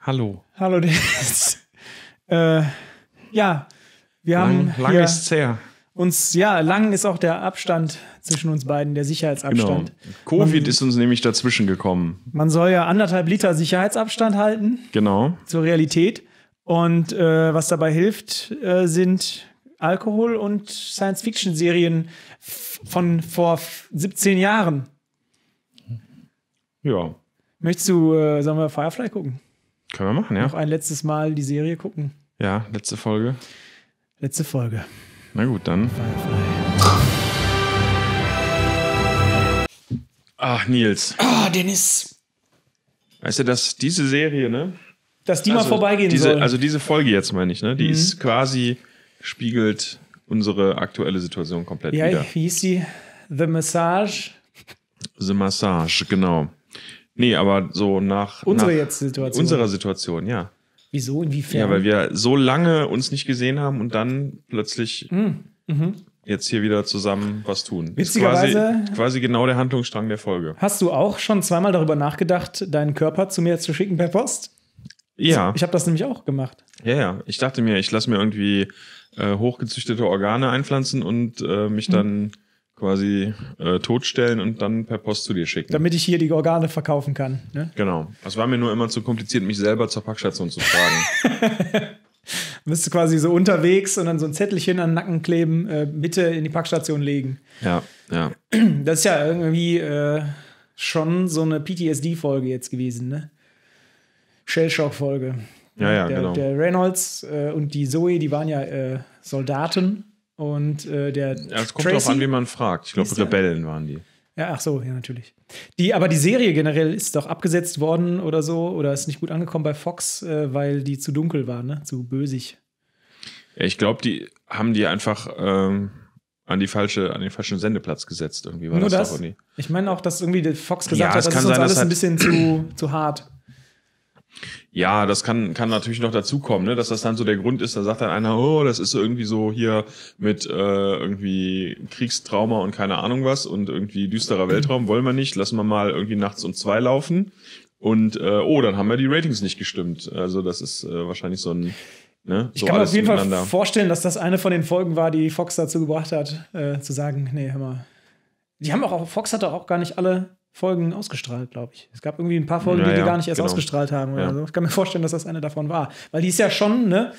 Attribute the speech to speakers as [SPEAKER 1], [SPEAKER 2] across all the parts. [SPEAKER 1] Hallo.
[SPEAKER 2] Hallo, Dennis. äh, ja, wir haben
[SPEAKER 1] Lang, lang
[SPEAKER 2] hier
[SPEAKER 1] ist's her.
[SPEAKER 2] uns, ja, lang ist auch der Abstand zwischen uns beiden, der
[SPEAKER 1] Genau.
[SPEAKER 2] Sicherheitsabstand.
[SPEAKER 1] Covid ist uns nämlich dazwischen gekommen.
[SPEAKER 2] Man soll ja anderthalb Liter Sicherheitsabstand halten
[SPEAKER 1] Genau.
[SPEAKER 2] zur Realität. Und äh, was dabei hilft, äh, sind Alkohol und Science-Fiction-Serien f- von vor f- 17 Jahren.
[SPEAKER 1] Ja.
[SPEAKER 2] Möchtest du, äh, sollen wir Firefly gucken?
[SPEAKER 1] Können wir machen,
[SPEAKER 2] Noch
[SPEAKER 1] ja.
[SPEAKER 2] ein letztes Mal die Serie gucken.
[SPEAKER 1] Ja, letzte Folge.
[SPEAKER 2] Letzte Folge.
[SPEAKER 1] Na gut, dann. Ach, Nils.
[SPEAKER 2] Ah, Dennis.
[SPEAKER 1] Weißt du, dass diese Serie, ne?
[SPEAKER 2] Dass die mal vorbeigehen
[SPEAKER 1] diese,
[SPEAKER 2] soll.
[SPEAKER 1] Also diese Folge jetzt meine ich, ne? Die ist quasi, spiegelt unsere aktuelle Situation komplett
[SPEAKER 2] ja,
[SPEAKER 1] wieder.
[SPEAKER 2] wie hieß die? The Massage.
[SPEAKER 1] The Massage, genau. Nee, aber so nach
[SPEAKER 2] Unsere
[SPEAKER 1] nach
[SPEAKER 2] jetzt Situation.
[SPEAKER 1] unserer Situation, ja.
[SPEAKER 2] Wieso? Inwiefern?
[SPEAKER 1] Ja, weil wir so lange uns nicht gesehen haben und dann plötzlich jetzt hier wieder zusammen was tun. Ist
[SPEAKER 2] Witzigerweise-
[SPEAKER 1] Quasi, quasi genau der Handlungsstrang der Folge.
[SPEAKER 2] Hast du auch schon zweimal darüber nachgedacht, deinen Körper zu mir zu schicken per Post?
[SPEAKER 1] Ja,
[SPEAKER 2] Ich habe das nämlich auch gemacht.
[SPEAKER 1] ja, ja. Ich dachte mir, ich lasse mir irgendwie äh, hochgezüchtete Organe einpflanzen und äh, mich dann quasi äh, totstellen und dann per Post zu dir schicken.
[SPEAKER 2] Damit ich hier die Organe verkaufen kann. Ne?
[SPEAKER 1] genau. Es war mir nur immer zu kompliziert, mich selber zur Packstation zu fragen.
[SPEAKER 2] Bist du quasi so unterwegs und dann so ein Zettelchen an den Nacken kleben, äh, bitte in die Packstation legen.
[SPEAKER 1] ja, ja.
[SPEAKER 2] Das ist ja irgendwie äh, schon so eine PTSD-Folge jetzt gewesen, ne? Shellshock-Folge.
[SPEAKER 1] Ja, ja,
[SPEAKER 2] der,
[SPEAKER 1] genau.
[SPEAKER 2] Der Reynolds äh, und die Zoe, die waren ja äh, Soldaten und äh, der
[SPEAKER 1] Ja, Es kommt
[SPEAKER 2] Tracy,
[SPEAKER 1] darauf an, wie man fragt. Ich glaube,
[SPEAKER 2] Ist der-
[SPEAKER 1] Rebellen waren die.
[SPEAKER 2] Ja, ach so, ja, natürlich. Die, aber die Serie generell ist doch abgesetzt worden oder so oder ist nicht gut angekommen bei Fox, äh, weil die zu dunkel war, ne? Zu bösig.
[SPEAKER 1] Ja, ich glaube, die haben die einfach ähm, an, die falsche, an den falschen Sendeplatz gesetzt. Irgendwie war
[SPEAKER 2] Nur
[SPEAKER 1] das,
[SPEAKER 2] das?
[SPEAKER 1] doch nie.
[SPEAKER 2] Ich meine auch, dass irgendwie der Fox gesagt
[SPEAKER 1] Ja,
[SPEAKER 2] hat,
[SPEAKER 1] es
[SPEAKER 2] das
[SPEAKER 1] kann
[SPEAKER 2] ist uns
[SPEAKER 1] sein, dass
[SPEAKER 2] alles ein
[SPEAKER 1] halt-
[SPEAKER 2] bisschen zu, zu hart.
[SPEAKER 1] Ja, das kann, kann natürlich noch dazukommen, ne? dass das dann so der Grund ist. Da sagt dann einer, oh, das ist so irgendwie so hier mit äh, irgendwie Kriegstrauma und keine Ahnung was und irgendwie düsterer Weltraum wollen wir nicht. Lassen wir mal irgendwie nachts um zwei laufen. Und äh, oh, dann haben wir die Ratings nicht gestimmt. Also das ist äh, wahrscheinlich so ein. Ne?
[SPEAKER 2] Ich
[SPEAKER 1] so
[SPEAKER 2] kann mir
[SPEAKER 1] alles
[SPEAKER 2] auf jeden Fall
[SPEAKER 1] miteinander.
[SPEAKER 2] vorstellen, dass das eine von den Folgen war, die Fox dazu gebracht hat, äh, zu sagen, nee, hör mal. Die haben auch, Fox hat doch auch gar nicht alle Folgen ausgestrahlt, glaube ich. Es gab irgendwie ein paar Folgen,
[SPEAKER 1] Ja,
[SPEAKER 2] die die
[SPEAKER 1] ja,
[SPEAKER 2] gar nicht erst
[SPEAKER 1] genau.
[SPEAKER 2] ausgestrahlt haben oder
[SPEAKER 1] Ja.
[SPEAKER 2] so. Ich kann mir vorstellen, dass das eine davon war. Weil die ist ja schon, ne?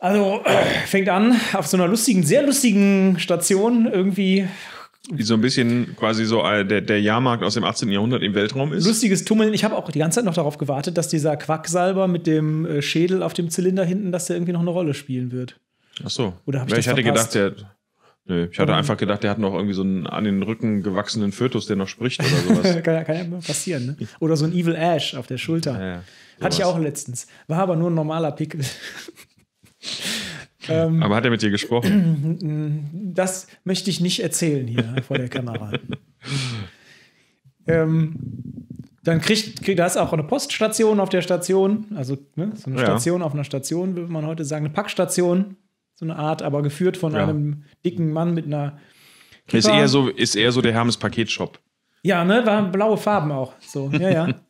[SPEAKER 2] Also fängt an auf so einer lustigen, sehr lustigen Station irgendwie
[SPEAKER 1] Die so ein bisschen quasi so äh, der, der Jahrmarkt aus dem 18. Jahrhundert im Weltraum ist.
[SPEAKER 2] lustiges Tummeln. Ich habe auch die ganze Zeit noch darauf gewartet, dass dieser Quacksalber mit dem äh, Schädel auf dem Zylinder hinten, dass der irgendwie noch eine Rolle spielen wird.
[SPEAKER 1] Ach so.
[SPEAKER 2] Oder hab ich
[SPEAKER 1] Ja,
[SPEAKER 2] das
[SPEAKER 1] hatte
[SPEAKER 2] verpasst?
[SPEAKER 1] gedacht, der. Nö, ich hatte einfach gedacht, der hat noch irgendwie so einen an den Rücken gewachsenen Fötus, der noch spricht oder sowas.
[SPEAKER 2] kann, ja- kann ja immer passieren, ne? Oder so ein Evil Ash auf der Schulter.
[SPEAKER 1] Ja, ja,
[SPEAKER 2] Hatte ich
[SPEAKER 1] sowas.
[SPEAKER 2] auch letztens. War aber nur ein normaler Pickel. ähm,
[SPEAKER 1] Aber hat er mit dir gesprochen?
[SPEAKER 2] das möchte ich nicht erzählen hier vor der Kamera. ähm, dann kriegt, kriegt, da ist auch eine Poststation auf der Station, also ne, so eine
[SPEAKER 1] Ja.
[SPEAKER 2] Station auf einer Station, würde man heute sagen, eine Packstation, so eine Art, aber geführt von
[SPEAKER 1] Ja.
[SPEAKER 2] einem dicken Mann mit einer.
[SPEAKER 1] ist
[SPEAKER 2] Kipper.
[SPEAKER 1] eher so, ist eher so der Hermes Paketshop.
[SPEAKER 2] Ja, ne, waren blaue Farben auch. So, ja, ja.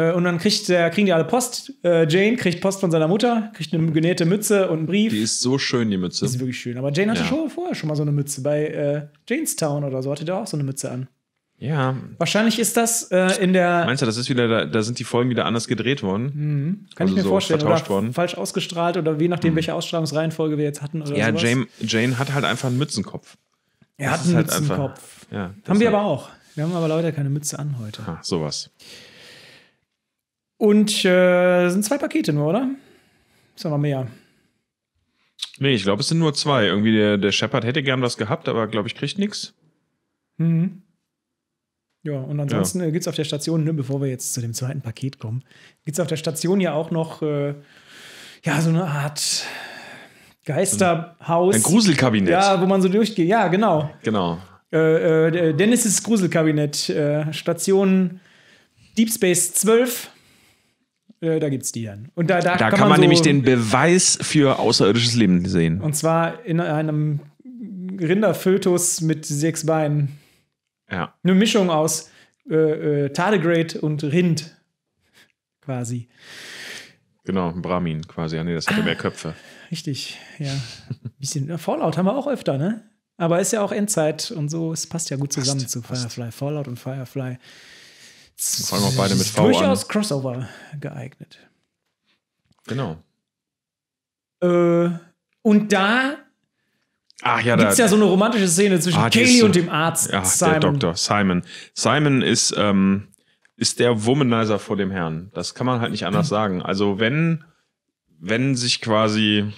[SPEAKER 2] Äh, Und dann kriegt der, kriegen die alle Post. Äh, Jane kriegt Post von seiner Mutter, kriegt eine genähte Mütze und einen Brief.
[SPEAKER 1] Die ist so schön, die Mütze.
[SPEAKER 2] Das ist wirklich schön. Aber Jane hatte
[SPEAKER 1] Ja.
[SPEAKER 2] schon vorher schon mal so eine Mütze. Bei äh, Janestown oder so hatte der auch so eine Mütze an.
[SPEAKER 1] ja.
[SPEAKER 2] Wahrscheinlich ist das äh, in der,
[SPEAKER 1] Meinst du, das ist wieder, da, da sind die Folgen wieder anders gedreht
[SPEAKER 2] Hm,
[SPEAKER 1] worden?
[SPEAKER 2] kann ich
[SPEAKER 1] also
[SPEAKER 2] mir
[SPEAKER 1] so
[SPEAKER 2] vorstellen, oder
[SPEAKER 1] vertauscht worden? Hm.
[SPEAKER 2] falsch ausgestrahlt oder je nachdem, welche Ausstrahlungsreihenfolge wir jetzt hatten oder
[SPEAKER 1] ja,
[SPEAKER 2] sowas.
[SPEAKER 1] Jane, Jane hat halt einfach einen Mützenkopf.
[SPEAKER 2] er
[SPEAKER 1] Das
[SPEAKER 2] hat einen
[SPEAKER 1] ist halt
[SPEAKER 2] Mützenkopf.
[SPEAKER 1] einfach- halt Ja,
[SPEAKER 2] Haben wir
[SPEAKER 1] deshalb-
[SPEAKER 2] aber auch. Wir haben aber leider keine Mütze an heute.
[SPEAKER 1] Ah, sowas.
[SPEAKER 2] Und äh, sind zwei Pakete nur, oder? Ist aber mehr.
[SPEAKER 1] Nee, ich glaube, es sind nur zwei. Irgendwie der, der Shepard hätte gern was gehabt, aber glaube ich, kriegt nichts.
[SPEAKER 2] Mhm. Ja, und ansonsten äh, gibt es auf der Station, ne, bevor wir jetzt zu dem zweiten Paket kommen, gibt es auf der Station ja auch noch äh, ja, so eine Art Geisterhaus.
[SPEAKER 1] Ein Gruselkabinett.
[SPEAKER 2] Ja, wo man so durchgeht. Ja, genau.
[SPEAKER 1] Genau.
[SPEAKER 2] Äh, äh, der- Dennis' Gruselkabinett, äh, Station Deep Space 12. Äh, da gibt es die dann. Und da, da,
[SPEAKER 1] Da kann, man,
[SPEAKER 2] so,
[SPEAKER 1] nämlich den Beweis für außerirdisches Leben sehen.
[SPEAKER 2] Und zwar in einem Rinderfötus mit sechs Beinen.
[SPEAKER 1] Ja.
[SPEAKER 2] Eine Mischung aus äh, äh, Tardigrade und Rind. quasi.
[SPEAKER 1] Genau, ein Brahmin quasi. Ja, nee, das hat ja mehr Köpfe.
[SPEAKER 2] Richtig, ja. Ein bisschen äh, Fallout haben wir auch öfter, ne? Aber ist ja auch Endzeit und so, es passt ja gut zusammen
[SPEAKER 1] Passt,
[SPEAKER 2] zu
[SPEAKER 1] passt.
[SPEAKER 2] Firefly. Fallout und Firefly.
[SPEAKER 1] Vor allem auch beide mit
[SPEAKER 2] Ist
[SPEAKER 1] V an.
[SPEAKER 2] Durchaus Crossover geeignet.
[SPEAKER 1] Genau.
[SPEAKER 2] Äh, und da
[SPEAKER 1] Ach Ah, ja,
[SPEAKER 2] gibt
[SPEAKER 1] da,
[SPEAKER 2] es ja so eine romantische Szene zwischen
[SPEAKER 1] Ah, die ist
[SPEAKER 2] Kaylee
[SPEAKER 1] so-
[SPEAKER 2] und dem Arzt.
[SPEAKER 1] Ja, der Doktor, Simon. Simon ist, ähm, ist der Womanizer vor dem Herrn. Das kann man halt nicht anders sagen. Also wenn, wenn sich quasi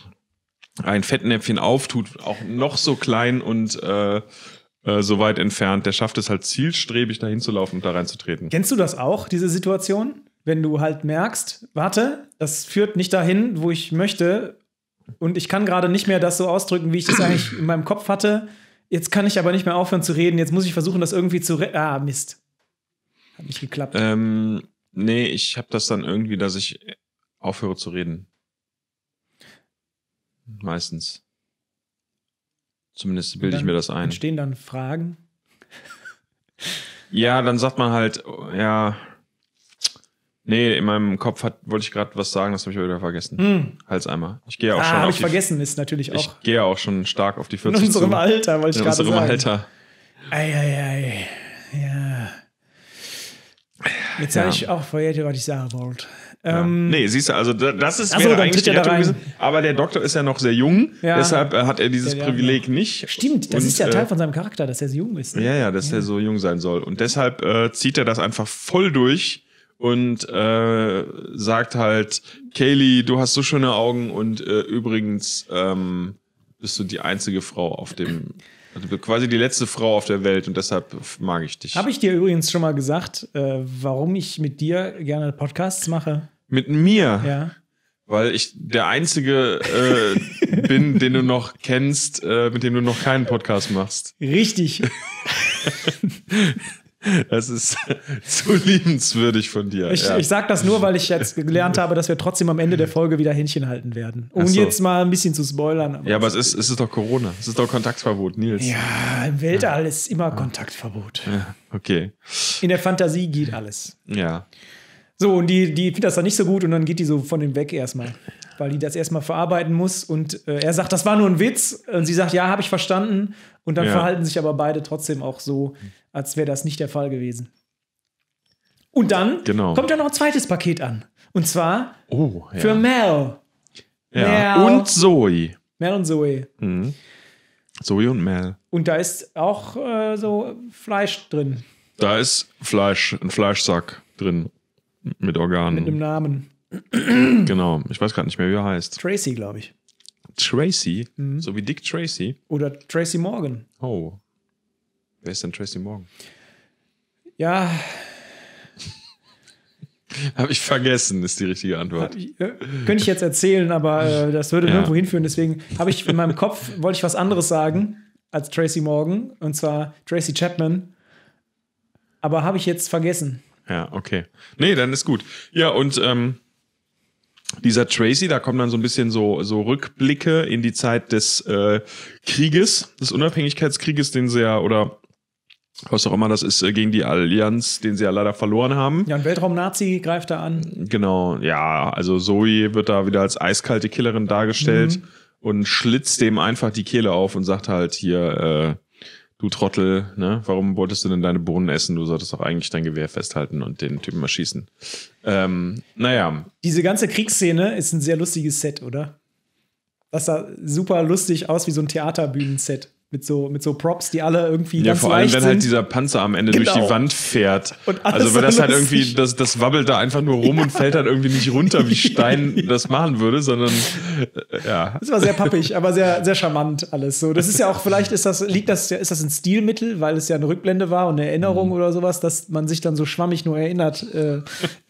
[SPEAKER 1] ein Fettnäpfchen auftut, auch noch so klein und äh, äh, so weit entfernt, der schafft es halt zielstrebig dahin zu laufen und da reinzutreten.
[SPEAKER 2] Kennst du das auch, diese Situation? Wenn du halt merkst, warte, das führt nicht dahin, wo ich möchte und ich kann gerade nicht mehr das so ausdrücken, wie ich das eigentlich in meinem Kopf hatte. Jetzt kann ich aber nicht mehr aufhören zu reden. Jetzt muss ich versuchen, das irgendwie zu. Re ah, Mist. Hat nicht geklappt.
[SPEAKER 1] Ähm, nee, ich habe das dann irgendwie, dass ich aufhöre zu reden. Meistens. Zumindest bilde ich
[SPEAKER 2] Dann
[SPEAKER 1] mir das ein.
[SPEAKER 2] Entstehen dann Fragen.
[SPEAKER 1] Ja, dann sagt man halt, oh, ja. Nee, in meinem Kopf hat, wollte ich gerade was sagen, das habe ich aber wieder vergessen.
[SPEAKER 2] Hm.
[SPEAKER 1] Halt's einmal. Ich gehe auch
[SPEAKER 2] Ah,
[SPEAKER 1] schon
[SPEAKER 2] habe
[SPEAKER 1] auf
[SPEAKER 2] ich
[SPEAKER 1] die,
[SPEAKER 2] vergessen, ist natürlich auch
[SPEAKER 1] Ich gehe auch schon stark auf die
[SPEAKER 2] in
[SPEAKER 1] 40
[SPEAKER 2] unserem
[SPEAKER 1] zu.
[SPEAKER 2] Alter, wollte ich
[SPEAKER 1] in
[SPEAKER 2] gerade
[SPEAKER 1] unserem
[SPEAKER 2] sagen.
[SPEAKER 1] Alter.
[SPEAKER 2] Eieiei. Ja. Jetzt
[SPEAKER 1] Ja.
[SPEAKER 2] habe ich auch verjährt, was ich sagen wollte.
[SPEAKER 1] Ja.
[SPEAKER 2] Ähm,
[SPEAKER 1] nee, siehst du, also da- das ist
[SPEAKER 2] Ach so,
[SPEAKER 1] wäre
[SPEAKER 2] dann
[SPEAKER 1] eigentlich
[SPEAKER 2] tritt
[SPEAKER 1] die
[SPEAKER 2] er da
[SPEAKER 1] Rettung
[SPEAKER 2] rein.
[SPEAKER 1] gewesen. Aber der Doktor ist ja noch sehr jung,
[SPEAKER 2] Ja.
[SPEAKER 1] deshalb äh, hat er dieses
[SPEAKER 2] Ja, ja,
[SPEAKER 1] Privileg nicht.
[SPEAKER 2] Stimmt, das
[SPEAKER 1] Und,
[SPEAKER 2] ist ja Teil
[SPEAKER 1] äh,
[SPEAKER 2] von seinem Charakter, dass er so jung ist. ne?
[SPEAKER 1] Ja, ja, dass er so jung sein soll. Und deshalb äh, zieht er das einfach voll durch und äh, sagt halt, Kaylee, du hast so schöne Augen und äh, übrigens ähm, bist du die einzige Frau auf dem, also du bist quasi die letzte Frau auf der Welt und deshalb mag ich dich.
[SPEAKER 2] Habe ich dir übrigens schon mal gesagt, äh, warum ich mit dir gerne Podcasts mache?
[SPEAKER 1] Mit mir,
[SPEAKER 2] Ja.
[SPEAKER 1] weil ich der Einzige äh, bin, den du noch kennst, äh, mit dem du noch keinen Podcast machst.
[SPEAKER 2] Richtig.
[SPEAKER 1] Das ist so liebenswürdig von dir.
[SPEAKER 2] Ich,
[SPEAKER 1] ja.
[SPEAKER 2] ich sag das nur, weil ich jetzt gelernt habe, dass wir trotzdem am Ende der Folge wieder Händchen halten werden. Um
[SPEAKER 1] Ach so.
[SPEAKER 2] jetzt mal ein bisschen zu spoilern.
[SPEAKER 1] ja, aber es ist, es ist doch Corona. Es ist doch Kontaktverbot, Nils.
[SPEAKER 2] ja, im Weltall ist immer Kontaktverbot.
[SPEAKER 1] Ja, okay.
[SPEAKER 2] In der Fantasie geht alles.
[SPEAKER 1] Ja.
[SPEAKER 2] So, und die, die findet das dann nicht so gut und dann geht die so von dem weg erstmal. Weil die das erstmal verarbeiten muss und äh, er sagt, das war nur ein Witz. Und sie sagt, ja, habe ich verstanden. Und dann
[SPEAKER 1] Ja.
[SPEAKER 2] verhalten sich aber beide trotzdem auch so, als wäre das nicht der Fall gewesen. Und dann
[SPEAKER 1] Genau.
[SPEAKER 2] kommt ja noch ein zweites Paket an. Und zwar
[SPEAKER 1] Oh, ja.
[SPEAKER 2] für Mel.
[SPEAKER 1] ja.
[SPEAKER 2] Mel.
[SPEAKER 1] Und Zoe.
[SPEAKER 2] Mel und Zoe.
[SPEAKER 1] Mhm. Zoe und Mel.
[SPEAKER 2] Und da ist auch äh, so Fleisch drin
[SPEAKER 1] Da ist Fleisch, ein Fleischsack drin. Mit
[SPEAKER 2] mit einem
[SPEAKER 1] Organen.
[SPEAKER 2] Namen.
[SPEAKER 1] genau. Ich weiß gerade nicht mehr, wie er heißt.
[SPEAKER 2] Tracy, glaube ich.
[SPEAKER 1] Tracy,
[SPEAKER 2] Mhm.
[SPEAKER 1] so wie Dick Tracy.
[SPEAKER 2] Oder Tracy Morgan.
[SPEAKER 1] Oh. Wer ist denn Tracy Morgan?
[SPEAKER 2] Ja,
[SPEAKER 1] Habe ich vergessen, ist die richtige Antwort.
[SPEAKER 2] Ich, äh, Könnte ich jetzt erzählen, aber äh, das würde
[SPEAKER 1] Ja.
[SPEAKER 2] nirgendwo hinführen. Deswegen habe ich in meinem Kopf, wollte ich was anderes sagen als Tracy Morgan und zwar Tracy Chapman. Aber habe ich jetzt vergessen.
[SPEAKER 1] Ja, okay. Nee, dann ist gut. Ja, und ähm, dieser Tracy, da kommen dann so ein bisschen so, so Rückblicke in die Zeit des äh, Krieges, des Unabhängigkeitskrieges, den sie ja, oder was auch immer das ist, äh, gegen die Allianz, den sie ja leider verloren haben.
[SPEAKER 2] Ja, ein Weltraum-Nazi greift da an.
[SPEAKER 1] Genau, ja, also Zoe wird da wieder als eiskalte Killerin dargestellt
[SPEAKER 2] Mhm.
[SPEAKER 1] und schlitzt dem einfach die Kehle auf und sagt halt hier, äh, du Trottel, ne, warum wolltest du denn deine Bohnen essen? Du solltest doch eigentlich dein Gewehr festhalten und den Typen mal schießen. Ähm, naja,
[SPEAKER 2] Diese ganze Kriegsszene ist ein sehr lustiges Set, oder? Das sah super lustig aus wie so ein Theaterbühnenset. Mit so, mit so Props, die alle irgendwie
[SPEAKER 1] ja,
[SPEAKER 2] ganz
[SPEAKER 1] vor allem,
[SPEAKER 2] leicht
[SPEAKER 1] wenn
[SPEAKER 2] sind.
[SPEAKER 1] halt dieser Panzer am Ende durch
[SPEAKER 2] Genau.
[SPEAKER 1] die Wand fährt.
[SPEAKER 2] Und alles
[SPEAKER 1] also, weil
[SPEAKER 2] so
[SPEAKER 1] das halt
[SPEAKER 2] lustig.
[SPEAKER 1] irgendwie, das, das wabbelt da einfach nur rum und fällt halt irgendwie nicht runter, wie Stein das machen würde, sondern, äh, ja,
[SPEAKER 2] Das war sehr pappig, aber sehr, sehr charmant alles so. Das ist ja auch, vielleicht ist das, liegt das, ja- ist das ein Stilmittel, weil es ja eine Rückblende war und eine Erinnerung
[SPEAKER 1] Mhm.
[SPEAKER 2] oder sowas, dass man sich dann so schwammig nur erinnert, äh,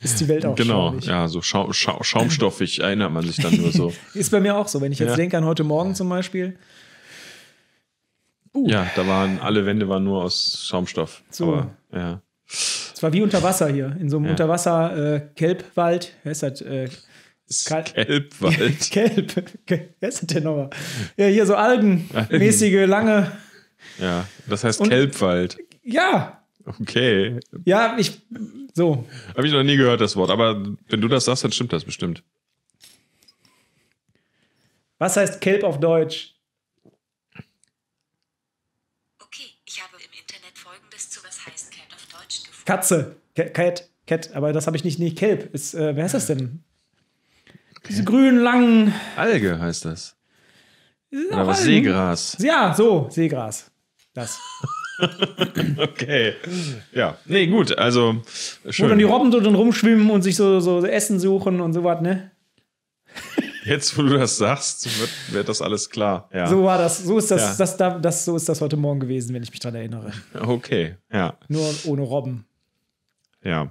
[SPEAKER 2] ist die Welt auch
[SPEAKER 1] Genau,
[SPEAKER 2] schwammig.
[SPEAKER 1] ja, so schau schau schaumstoffig erinnert man sich dann nur so.
[SPEAKER 2] Ist bei mir auch so, wenn ich jetzt
[SPEAKER 1] Ja.
[SPEAKER 2] denke an heute Morgen zum Beispiel. Uh,
[SPEAKER 1] Ja, da waren alle Wände waren nur aus Schaumstoff.
[SPEAKER 2] So.
[SPEAKER 1] Aber, ja.
[SPEAKER 2] es war wie unter Wasser hier, in so einem
[SPEAKER 1] Ja.
[SPEAKER 2] Unterwasser-Kelbwald. Wer ist das? Äh, Kal-
[SPEAKER 1] Gelbwald.
[SPEAKER 2] Kelb. Wer ist das denn nochmal? Ja, hier so algenmäßige, lange.
[SPEAKER 1] ja, das heißt
[SPEAKER 2] Und-
[SPEAKER 1] Kelbwald.
[SPEAKER 2] Ja,
[SPEAKER 1] Okay.
[SPEAKER 2] Ja, ich. So.
[SPEAKER 1] Habe ich noch nie gehört, das Wort. Aber wenn du das sagst, dann stimmt das bestimmt.
[SPEAKER 2] Was heißt Kelp auf Deutsch?
[SPEAKER 3] Okay, ich habe im Internet folgendes zu was heißt Cat auf Deutsch gefunden.
[SPEAKER 2] Katze. Ca- Cat. Cat. Aber das habe ich nicht. Nee, Kelp. Ist, äh, wer heißt das denn? Diese grünen, langen.
[SPEAKER 1] Alge heißt das.
[SPEAKER 2] die sind
[SPEAKER 1] Oder
[SPEAKER 2] auch
[SPEAKER 1] was?
[SPEAKER 2] Algen.
[SPEAKER 1] Seegras.
[SPEAKER 2] Ja, so. Seegras. Das.
[SPEAKER 1] Okay. Ja. Nee, gut. Also,
[SPEAKER 2] Wo dann die
[SPEAKER 1] schön.
[SPEAKER 2] Robben so drin rumschwimmen und sich so, so Essen suchen und sowas, ne?
[SPEAKER 1] Jetzt, wo du das sagst, wird, wird das alles klar. Ja.
[SPEAKER 2] So war das. So ist das,
[SPEAKER 1] Ja.
[SPEAKER 2] das, da- das. So ist das heute Morgen gewesen, wenn ich mich dran erinnere.
[SPEAKER 1] Okay. Ja.
[SPEAKER 2] Nur ohne Robben.
[SPEAKER 1] Ja.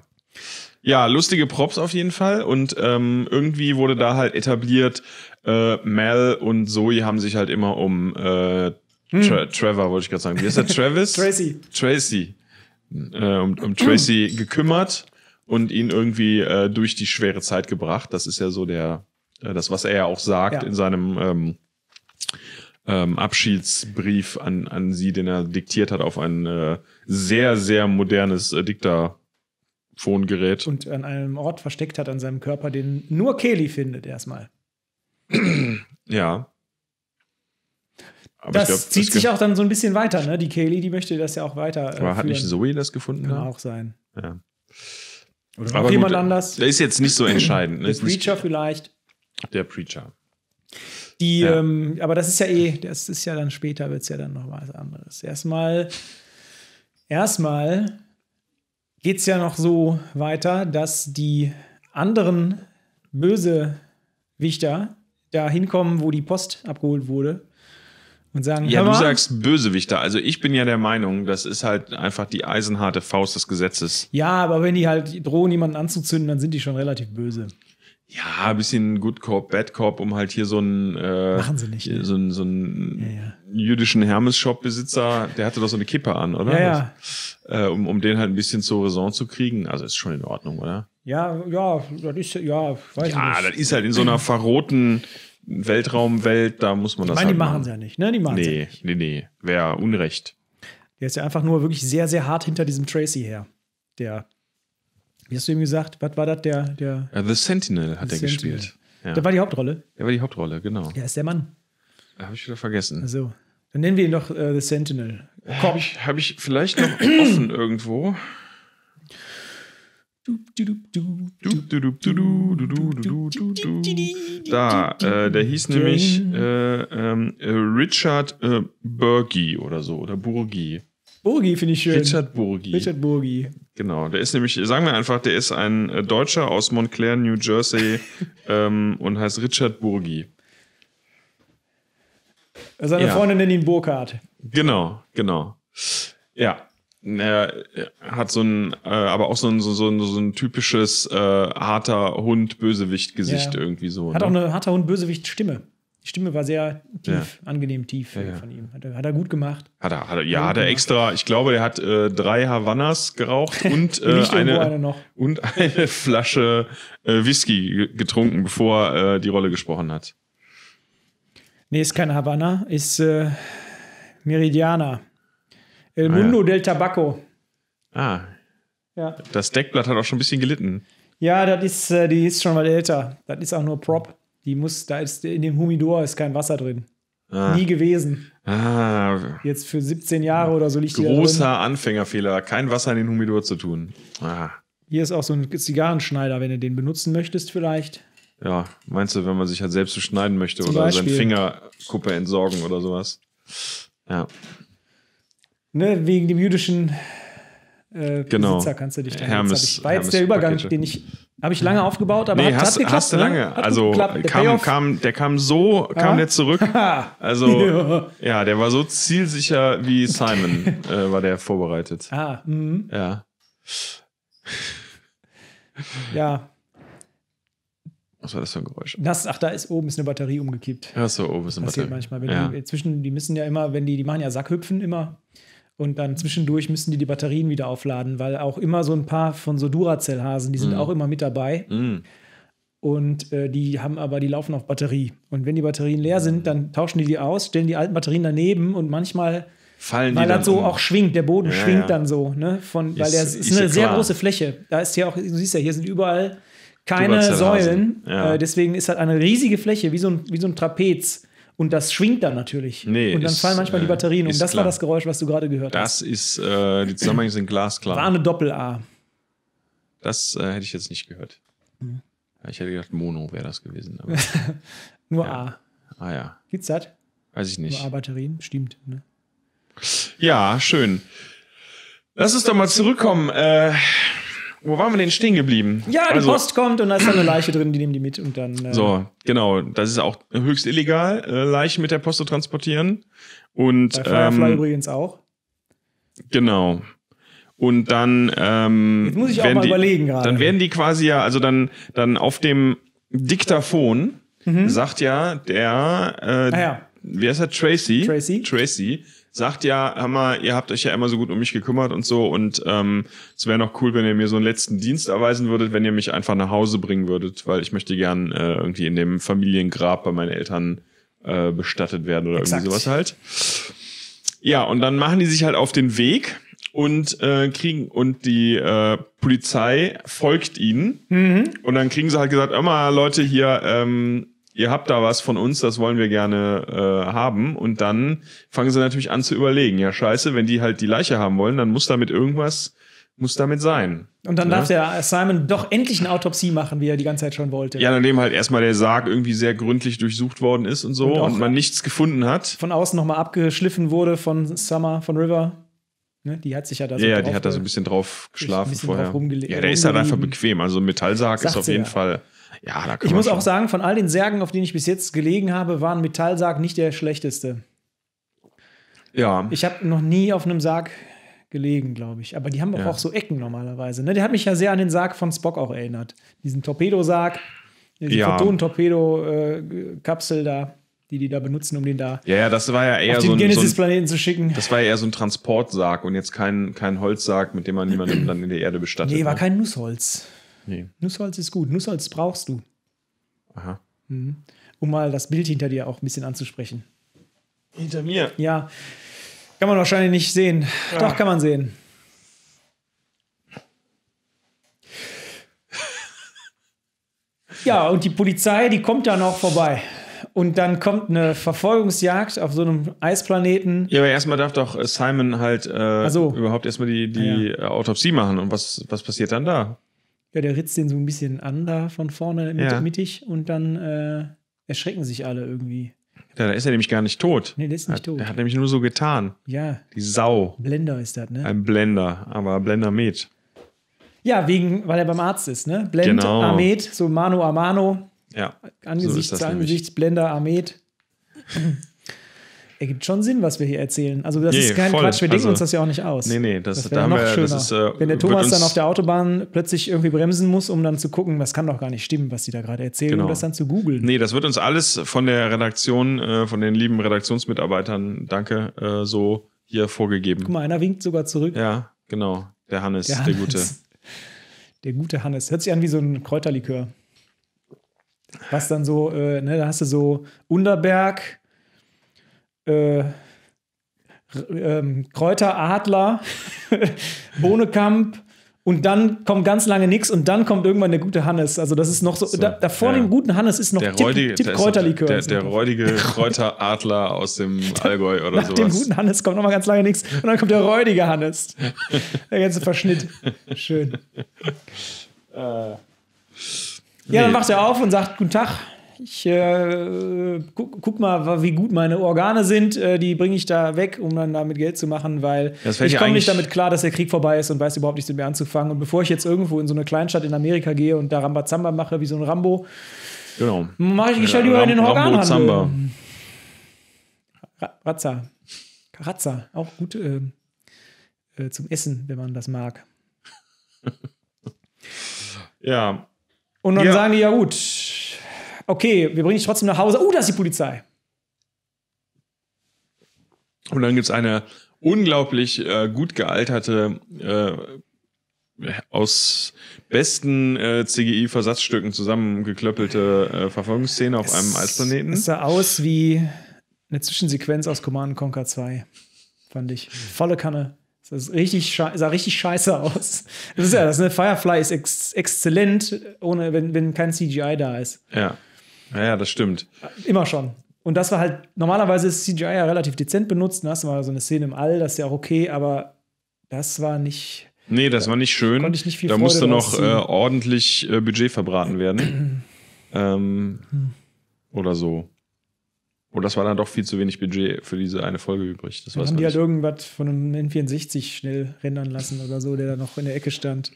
[SPEAKER 1] Ja, lustige Props auf jeden Fall. Und ähm, irgendwie wurde da halt etabliert, äh, Mel und Zoe haben sich halt immer um äh, Tra Trevor, wollte ich gerade sagen. Wie ist der Travis?
[SPEAKER 2] Tracy.
[SPEAKER 1] Tracy. Äh, um, um Tracy gekümmert und ihn irgendwie äh, durch die schwere Zeit gebracht. Das ist ja so der, äh, das, was er ja auch sagt
[SPEAKER 2] Ja.
[SPEAKER 1] in seinem ähm, ähm, Abschiedsbrief an, an sie, den er diktiert hat auf ein äh, sehr, sehr modernes äh, Diktaphongerät.
[SPEAKER 2] Und an einem Ort versteckt hat an seinem Körper, den nur Kelly findet erstmal.
[SPEAKER 1] Ja. Aber ich
[SPEAKER 2] Das
[SPEAKER 1] glaub,
[SPEAKER 2] zieht
[SPEAKER 1] das
[SPEAKER 2] sich
[SPEAKER 1] ge-
[SPEAKER 2] auch dann so ein bisschen weiter, ne? Die Kelly, die möchte das ja auch weiter. Äh,
[SPEAKER 1] Aber hat nicht
[SPEAKER 2] führen.
[SPEAKER 1] Zoe das gefunden?
[SPEAKER 2] Kann
[SPEAKER 1] da?
[SPEAKER 2] auch sein.
[SPEAKER 1] Ja.
[SPEAKER 2] Oder
[SPEAKER 1] Aber
[SPEAKER 2] noch jemand
[SPEAKER 1] gut,
[SPEAKER 2] anders.
[SPEAKER 1] Der ist jetzt nicht so entscheidend. Ne?
[SPEAKER 2] Der
[SPEAKER 1] Ist nicht
[SPEAKER 2] Preacher vielleicht.
[SPEAKER 1] der Preacher.
[SPEAKER 2] Die,
[SPEAKER 1] Ja.
[SPEAKER 2] ähm, aber das ist ja eh, das ist ja dann später, wird es ja dann noch was anderes. Erstmal, erstmal geht es ja noch so weiter, dass die anderen Bösewichter da hinkommen, wo die Post abgeholt wurde und sagen:
[SPEAKER 1] Ja,
[SPEAKER 2] hör
[SPEAKER 1] du
[SPEAKER 2] mal,
[SPEAKER 1] sagst Bösewichter. Also ich bin ja der Meinung, das ist halt einfach die eisenharte Faust des Gesetzes.
[SPEAKER 2] ja, aber wenn die halt drohen, jemanden anzuzünden, dann sind die schon relativ böse.
[SPEAKER 1] Ja, ein bisschen Good Cop, Bad Cop, um halt hier so einen, äh,
[SPEAKER 2] Machen sie nicht, ne?
[SPEAKER 1] so einen, so einen
[SPEAKER 2] Ja, ja.
[SPEAKER 1] jüdischen Hermes-Shop-Besitzer, der hatte doch so eine Kippe an, oder?
[SPEAKER 2] Ja,
[SPEAKER 1] Äh,
[SPEAKER 2] ja.
[SPEAKER 1] um, um den halt ein bisschen zur Raison zu kriegen. Also ist schon in Ordnung, oder?
[SPEAKER 2] Ja, ja, das ist ja- ja, weiß ich
[SPEAKER 1] Ja,
[SPEAKER 2] nicht.
[SPEAKER 1] das ist halt in so einer verrohten Weltraumwelt, da muss man das
[SPEAKER 2] Ich meine, die
[SPEAKER 1] halt
[SPEAKER 2] machen es ja nicht, ne? Die machen es ja
[SPEAKER 1] Nee,
[SPEAKER 2] nicht.
[SPEAKER 1] nee, nee. Wäre Unrecht.
[SPEAKER 2] Der ist ja einfach nur wirklich sehr, sehr hart hinter diesem Tracy her. Der, wie hast du eben gesagt, was war das? Der, der,
[SPEAKER 1] Äh, The Sentinel hat
[SPEAKER 2] The
[SPEAKER 1] er
[SPEAKER 2] Sentinel.
[SPEAKER 1] gespielt. Ja.
[SPEAKER 2] der war die Hauptrolle.
[SPEAKER 1] Der war die Hauptrolle, genau.
[SPEAKER 2] Der ist der Mann.
[SPEAKER 1] Habe ich wieder vergessen.
[SPEAKER 2] Also, dann nennen wir ihn doch äh, The Sentinel.
[SPEAKER 1] Habe ich, hab ich vielleicht noch offen irgendwo?
[SPEAKER 2] Du, du, du, du,
[SPEAKER 1] Du, du, du, du, du, du, du, du, du, du, du. Da, äh, der hieß nämlich äh, ähm, äh, Richard äh, Burgi oder so, oder Burgi.
[SPEAKER 2] Burgi finde ich schön.
[SPEAKER 1] Richard Burgi.
[SPEAKER 2] Richard Burgi.
[SPEAKER 1] Genau, der ist nämlich, sagen wir einfach, der ist ein äh, Deutscher aus Montclair, New Jersey ähm, und heißt Richard Burgi.
[SPEAKER 2] Seine
[SPEAKER 1] Ja.
[SPEAKER 2] Freundin nennt ihn Burkhardt.
[SPEAKER 1] Genau, genau. Ja. Er hat so ein, äh, aber auch so ein, so, so ein, so ein typisches äh, harter Hund-Bösewicht-Gesicht
[SPEAKER 2] Ja.
[SPEAKER 1] irgendwie so.
[SPEAKER 2] Hat
[SPEAKER 1] ne?
[SPEAKER 2] auch eine harter und bösewicht Stimme. Die Stimme war sehr tief, angenehm tief äh,
[SPEAKER 1] ja.
[SPEAKER 2] von ihm. Hat er, hat er gut gemacht.
[SPEAKER 1] hat er, hat er, ja, hat er extra, ich glaube, der hat äh, drei Havanas geraucht und, äh,
[SPEAKER 2] Liegt irgendwo
[SPEAKER 1] eine,
[SPEAKER 2] eine noch.
[SPEAKER 1] und eine Flasche äh, Whisky ge- getrunken, bevor er äh, die Rolle gesprochen hat.
[SPEAKER 2] Nee, ist keine Havanna, ist äh, Meridiana. El Mundo del Tabaco.
[SPEAKER 1] Ah,
[SPEAKER 2] Ja.
[SPEAKER 1] das Deckblatt hat auch schon ein bisschen gelitten.
[SPEAKER 2] Ja, das ist, äh, die ist schon mal älter. Das ist auch nur Prop. Die muss, da ist in dem Humidor ist kein Wasser drin.
[SPEAKER 1] Ah.
[SPEAKER 2] Nie gewesen.
[SPEAKER 1] Ah,
[SPEAKER 2] Jetzt für 17 Jahre oder so liegt die da drin.
[SPEAKER 1] großer Anfängerfehler. Kein Wasser in den Humidor zu tun. Ah,
[SPEAKER 2] Hier ist auch so ein Zigarrenschneider, wenn du den benutzen möchtest, vielleicht.
[SPEAKER 1] ja, meinst du, wenn man sich halt selbst so schneiden möchte
[SPEAKER 2] Zum
[SPEAKER 1] oder seinen
[SPEAKER 2] Beispiel.
[SPEAKER 1] Fingerkuppe entsorgen oder sowas? Ja,
[SPEAKER 2] Ne, wegen dem jüdischen äh,
[SPEAKER 1] Genau.
[SPEAKER 2] Besitzer kannst du dich dann
[SPEAKER 1] Hermes-
[SPEAKER 2] jetzt hab ich, war jetzt
[SPEAKER 1] Hermes
[SPEAKER 2] der Übergang,
[SPEAKER 1] Pakete.
[SPEAKER 2] den ich habe ich lange aufgebaut, aber
[SPEAKER 1] nee,
[SPEAKER 2] hat,
[SPEAKER 1] hast,
[SPEAKER 2] hat geklappt.
[SPEAKER 1] hast du
[SPEAKER 2] ne?
[SPEAKER 1] lange.
[SPEAKER 2] Hat gut
[SPEAKER 1] also
[SPEAKER 2] geklappt. Der
[SPEAKER 1] kam,
[SPEAKER 2] Payoff-
[SPEAKER 1] kam, der kam so, kam der zurück. Also ja.
[SPEAKER 2] Ja.
[SPEAKER 1] der war so zielsicher wie Simon äh, war der vorbereitet.
[SPEAKER 2] Ah, mhm.
[SPEAKER 1] Ja,
[SPEAKER 2] Ja,
[SPEAKER 1] was war das für ein Geräusch?
[SPEAKER 2] das, ach, da ist oben ist eine Batterie umgekippt.
[SPEAKER 1] Ach so, oben ist eine
[SPEAKER 2] Passiert
[SPEAKER 1] Batterie.
[SPEAKER 2] manchmal. Wenn
[SPEAKER 1] ja.
[SPEAKER 2] die, zwischen, die müssen ja immer, wenn die, die machen ja Sackhüpfen immer. Und dann zwischendurch müssen die die Batterien wieder aufladen, weil auch immer so ein paar von so Duracell-Hasen, die sind auch immer mit dabei.
[SPEAKER 1] Mm.
[SPEAKER 2] Und äh, die haben aber, die laufen auf Batterie. Und wenn die Batterien leer sind, dann tauschen die die aus, stellen die alten Batterien daneben und manchmal
[SPEAKER 1] fallen
[SPEAKER 2] Weil
[SPEAKER 1] die dann
[SPEAKER 2] das so
[SPEAKER 1] um.
[SPEAKER 2] auch schwingt, der Boden
[SPEAKER 1] Ja,
[SPEAKER 2] schwingt
[SPEAKER 1] ja.
[SPEAKER 2] dann so, ne? Von, weil
[SPEAKER 1] Ist-
[SPEAKER 2] der, es ist,
[SPEAKER 1] ist
[SPEAKER 2] eine
[SPEAKER 1] ja
[SPEAKER 2] sehr
[SPEAKER 1] klar.
[SPEAKER 2] große Fläche. Da ist ja auch, du siehst ja, hier sind überall keine
[SPEAKER 1] Überall Zellrasen.
[SPEAKER 2] Säulen.
[SPEAKER 1] Ja.
[SPEAKER 2] Äh, deswegen ist das eine riesige Fläche, wie so ein, wie so ein Trapez. Und das schwingt dann natürlich.
[SPEAKER 1] Nee,
[SPEAKER 2] und dann
[SPEAKER 1] ist,
[SPEAKER 2] fallen manchmal die
[SPEAKER 1] äh,
[SPEAKER 2] Batterien um.
[SPEAKER 1] ist
[SPEAKER 2] Das
[SPEAKER 1] klar.
[SPEAKER 2] war das Geräusch, was du gerade gehört hast.
[SPEAKER 1] Das ist, äh, die Zusammenhänge sind glasklar.
[SPEAKER 2] War eine Doppel-A.
[SPEAKER 1] Das äh, hätte ich jetzt nicht gehört.
[SPEAKER 2] Hm.
[SPEAKER 1] Ja, Ich hätte gedacht, Mono wäre das gewesen. Aber,
[SPEAKER 2] Nur
[SPEAKER 1] Ja.
[SPEAKER 2] A.
[SPEAKER 1] ah ja,
[SPEAKER 2] Gibt's das?
[SPEAKER 1] weiß ich
[SPEAKER 2] Nur
[SPEAKER 1] nicht.
[SPEAKER 2] A-Batterien? Stimmt. Ne?
[SPEAKER 1] Ja, schön. Lass uns doch mal zurückkommen. Äh, wo waren wir denn stehen geblieben?
[SPEAKER 2] Ja, die
[SPEAKER 1] also,
[SPEAKER 2] Post kommt und da ist dann eine Leiche drin, die nehmen die mit und dann. Äh,
[SPEAKER 1] So, genau. Das ist auch höchst illegal, äh, Leichen mit der Post zu transportieren. Und
[SPEAKER 2] Bei Firefly
[SPEAKER 1] ähm,
[SPEAKER 2] übrigens auch.
[SPEAKER 1] genau. Und dann ähm,
[SPEAKER 2] Jetzt muss ich auch
[SPEAKER 1] werden
[SPEAKER 2] mal
[SPEAKER 1] die,
[SPEAKER 2] überlegen gerade.
[SPEAKER 1] Dann werden die quasi ja, also dann dann auf dem Diktaphon sagt ja der, äh,
[SPEAKER 2] Mhm. Ah ja.
[SPEAKER 1] wie heißt er, Tracy?
[SPEAKER 2] Tracy.
[SPEAKER 1] Tracy sagt ja, hör mal, ihr habt euch ja immer so gut um mich gekümmert und so und ähm, es wäre noch cool, wenn ihr mir so einen letzten Dienst erweisen würdet, wenn ihr mich einfach nach Hause bringen würdet, weil ich möchte gern äh, irgendwie in dem Familiengrab bei meinen Eltern äh, bestattet werden oder
[SPEAKER 2] Exakt.
[SPEAKER 1] irgendwie sowas halt. Ja, und dann machen die sich halt auf den Weg und äh, kriegen und die äh, Polizei folgt ihnen
[SPEAKER 2] Mhm.
[SPEAKER 1] und dann kriegen sie halt gesagt, immer Leute hier, ähm, ihr habt da was von uns, das wollen wir gerne äh, haben und dann fangen sie natürlich an zu überlegen, ja scheiße, wenn die halt die Leiche haben wollen, dann muss damit irgendwas, muss damit sein.
[SPEAKER 2] Und dann
[SPEAKER 1] Ja.
[SPEAKER 2] darf der Simon doch endlich eine Autopsie machen, wie er die ganze Zeit schon wollte.
[SPEAKER 1] Ja, nachdem halt erstmal der Sarg irgendwie sehr gründlich durchsucht worden ist und so
[SPEAKER 2] Und auch-
[SPEAKER 1] und man nichts gefunden hat.
[SPEAKER 2] Von außen nochmal abgeschliffen wurde von Summer, von River. Ne? Die hat sich ja da so.
[SPEAKER 1] Ja, ja,
[SPEAKER 2] drauf äh,
[SPEAKER 1] die hat da so ein
[SPEAKER 2] ge-
[SPEAKER 1] bisschen drauf geschlafen
[SPEAKER 2] bisschen
[SPEAKER 1] vorher.
[SPEAKER 2] drauf rumgele-
[SPEAKER 1] ja, der ist halt einfach
[SPEAKER 2] rumgeliegen.
[SPEAKER 1] bequem. Also ein Metallsarg
[SPEAKER 2] Sagt
[SPEAKER 1] ist auf
[SPEAKER 2] sie
[SPEAKER 1] jeden
[SPEAKER 2] ja.
[SPEAKER 1] Fall. Ja, da kann
[SPEAKER 2] Ich
[SPEAKER 1] man
[SPEAKER 2] muss auch
[SPEAKER 1] schon-
[SPEAKER 2] sagen, von all den Särgen, auf denen ich bis jetzt gelegen habe, war ein Metallsarg nicht der schlechteste.
[SPEAKER 1] Ja,
[SPEAKER 2] Ich habe noch nie auf einem Sarg gelegen, glaube ich. Aber die haben doch
[SPEAKER 1] Ja.
[SPEAKER 2] auch so Ecken normalerweise. Ne? Der hat mich ja sehr an den Sarg von Spock auch erinnert. Diesen Torpedosarg, äh, diese
[SPEAKER 1] Ja.
[SPEAKER 2] Photon-Torpedo-Kapsel äh, da, die die da benutzen, um den da
[SPEAKER 1] ja, ja, das war ja eher
[SPEAKER 2] auf
[SPEAKER 1] so
[SPEAKER 2] den
[SPEAKER 1] ein, so ein
[SPEAKER 2] Genesis-Planeten zu schicken.
[SPEAKER 1] das war ja eher so ein Transportsarg und jetzt kein kein Holzsarg, mit dem man niemanden dann in die Erde bestattet.
[SPEAKER 2] Nee, war
[SPEAKER 1] ne?
[SPEAKER 2] kein Nussholz.
[SPEAKER 1] Nee.
[SPEAKER 2] Nussholz ist gut. Nussholz brauchst du,
[SPEAKER 1] Aha.
[SPEAKER 2] um mal das Bild hinter dir auch ein bisschen anzusprechen.
[SPEAKER 1] Hinter mir.
[SPEAKER 2] Ja, kann man wahrscheinlich nicht sehen. Doch, kann man sehen. Ja, und die Polizei, die kommt dann auch vorbei. Und dann kommt eine Verfolgungsjagd auf so einem Eisplaneten.
[SPEAKER 1] Ja, aber erstmal darf doch äh, Simon halt äh,
[SPEAKER 2] so.
[SPEAKER 1] überhaupt erstmal die die äh, Autopsie machen und was was passiert dann da?
[SPEAKER 2] Ja, der ritzt den so ein bisschen an da von vorne mit,
[SPEAKER 1] Ja.
[SPEAKER 2] mittig und dann äh, erschrecken sich alle irgendwie.
[SPEAKER 1] Ja, da ist er nämlich gar nicht tot.
[SPEAKER 2] Nee, der ist nicht
[SPEAKER 1] Er hat,
[SPEAKER 2] tot.
[SPEAKER 1] er hat nämlich nur so getan.
[SPEAKER 2] Ja,
[SPEAKER 1] Die Sau.
[SPEAKER 2] Blender ist das, ne?
[SPEAKER 1] Ein Blender, aber Blender Med.
[SPEAKER 2] Ja, wegen, weil er beim Arzt ist, ne? Blend
[SPEAKER 1] Genau.
[SPEAKER 2] Ahmed, so Mano a Mano,
[SPEAKER 1] Ja.
[SPEAKER 2] Angesicht
[SPEAKER 1] So ist
[SPEAKER 2] zu
[SPEAKER 1] das nämlich.
[SPEAKER 2] Angesicht, Blender Ahmed. Ergibt schon Sinn, was wir hier erzählen. Also, das
[SPEAKER 1] Nee,
[SPEAKER 2] ist kein
[SPEAKER 1] voll.
[SPEAKER 2] Quatsch, wir denken
[SPEAKER 1] Also,
[SPEAKER 2] uns das ja auch nicht aus.
[SPEAKER 1] Nee, nee, das,
[SPEAKER 2] Das
[SPEAKER 1] da
[SPEAKER 2] wäre
[SPEAKER 1] haben
[SPEAKER 2] noch
[SPEAKER 1] wir,
[SPEAKER 2] schöner.
[SPEAKER 1] das ist, äh,
[SPEAKER 2] Wenn der
[SPEAKER 1] wird
[SPEAKER 2] Thomas dann
[SPEAKER 1] uns-
[SPEAKER 2] auf der Autobahn plötzlich irgendwie bremsen muss, um dann zu gucken, das kann doch gar nicht stimmen, was die da gerade erzählen,
[SPEAKER 1] Genau.
[SPEAKER 2] um das dann zu googeln.
[SPEAKER 1] Nee, das wird uns alles von der Redaktion, äh, von den lieben Redaktionsmitarbeitern, danke, äh, so hier
[SPEAKER 2] Guck
[SPEAKER 1] vorgegeben.
[SPEAKER 2] mal, einer winkt sogar zurück.
[SPEAKER 1] Ja, genau. Der Hannes, der,
[SPEAKER 2] Hannes.
[SPEAKER 1] Gute.
[SPEAKER 2] Der gute Hannes. Hört sich an wie so ein Kräuterlikör. Was dann so, äh, ne, da hast du so Unterberg, äh, R- ähm, Kräuteradler, Bohnekamp und dann kommt ganz lange nichts und dann kommt irgendwann der gute Hannes. Also das ist noch so,
[SPEAKER 1] So,
[SPEAKER 2] da, da vor
[SPEAKER 1] ja.
[SPEAKER 2] dem guten Hannes ist noch
[SPEAKER 1] Der
[SPEAKER 2] Tipp,
[SPEAKER 1] räudige,
[SPEAKER 2] Tipp
[SPEAKER 1] da ist noch
[SPEAKER 2] Kräuterlikör.
[SPEAKER 1] Der,
[SPEAKER 2] ist
[SPEAKER 1] der
[SPEAKER 2] noch drauf.
[SPEAKER 1] räudige Kräuteradler aus dem Allgäu oder
[SPEAKER 2] Nach dem
[SPEAKER 1] sowas.
[SPEAKER 2] guten Hannes kommt nochmal ganz lange nichts und dann kommt der räudige Hannes. Der ganze Verschnitt. Schön. Ja, dann
[SPEAKER 1] Äh, Nee.
[SPEAKER 2] wacht er auf und sagt, guten Tag, ich äh, guck, guck mal, wa- wie gut meine Organe sind, äh, die bringe ich da weg, um dann damit Geld zu machen, weil
[SPEAKER 1] Das fällt
[SPEAKER 2] ich
[SPEAKER 1] ja
[SPEAKER 2] komme nicht
[SPEAKER 1] eigentlich-
[SPEAKER 2] damit klar, dass der Krieg vorbei ist und weiß überhaupt nichts mit mir anzufangen. Und bevor ich jetzt irgendwo in so eine Kleinstadt in Amerika gehe und da Rambazamba mache, wie so ein Rambo,
[SPEAKER 1] Genau.
[SPEAKER 2] mache ich, ich halt
[SPEAKER 1] Ja,
[SPEAKER 2] lieber
[SPEAKER 1] Ram-
[SPEAKER 2] in den
[SPEAKER 1] Rambo Zamba.
[SPEAKER 2] Organhandel. Ra- Razza. Razza, auch gut äh, äh, zum Essen, wenn man das mag.
[SPEAKER 1] Ja.
[SPEAKER 2] Und dann
[SPEAKER 1] Ja.
[SPEAKER 2] sagen die, ja gut, okay, wir bringen dich trotzdem nach Hause. Oh, da ist die Polizei.
[SPEAKER 1] Und dann gibt's eine unglaublich äh, gut gealterte, äh, aus besten äh, CGI-Versatzstücken zusammengeklöppelte äh, Verfolgungsszene auf einem Eisplaneten.
[SPEAKER 2] Es sah aus wie eine Zwischensequenz aus Command Conquer 2. fand ich. Volle Kanne. Das ist richtig schei- sah richtig scheiße aus. Das ist ja das, ne? Firefly ist ex exzellent, ohne, wenn, wenn kein CGI da ist.
[SPEAKER 1] Ja. Ja, ja, das stimmt.
[SPEAKER 2] Immer schon. Und das war halt, normalerweise ist CGI ja relativ dezent benutzt. Da hast du mal so eine Szene im All, das ist ja auch okay, aber das war nicht.
[SPEAKER 1] Nee, das war nicht schön.
[SPEAKER 2] Konnte ich nicht viel
[SPEAKER 1] da
[SPEAKER 2] Freude
[SPEAKER 1] musste noch äh,
[SPEAKER 2] rausziehen.
[SPEAKER 1] ordentlich äh, Budget verbraten werden. ähm,
[SPEAKER 2] Hm.
[SPEAKER 1] Oder so. Und das war dann doch viel zu wenig Budget für diese eine Folge übrig. Das
[SPEAKER 2] Dann
[SPEAKER 1] weiß
[SPEAKER 2] haben
[SPEAKER 1] man
[SPEAKER 2] die halt
[SPEAKER 1] nicht.
[SPEAKER 2] irgendwas von einem N64 schnell rendern lassen oder so, der da noch in der Ecke stand.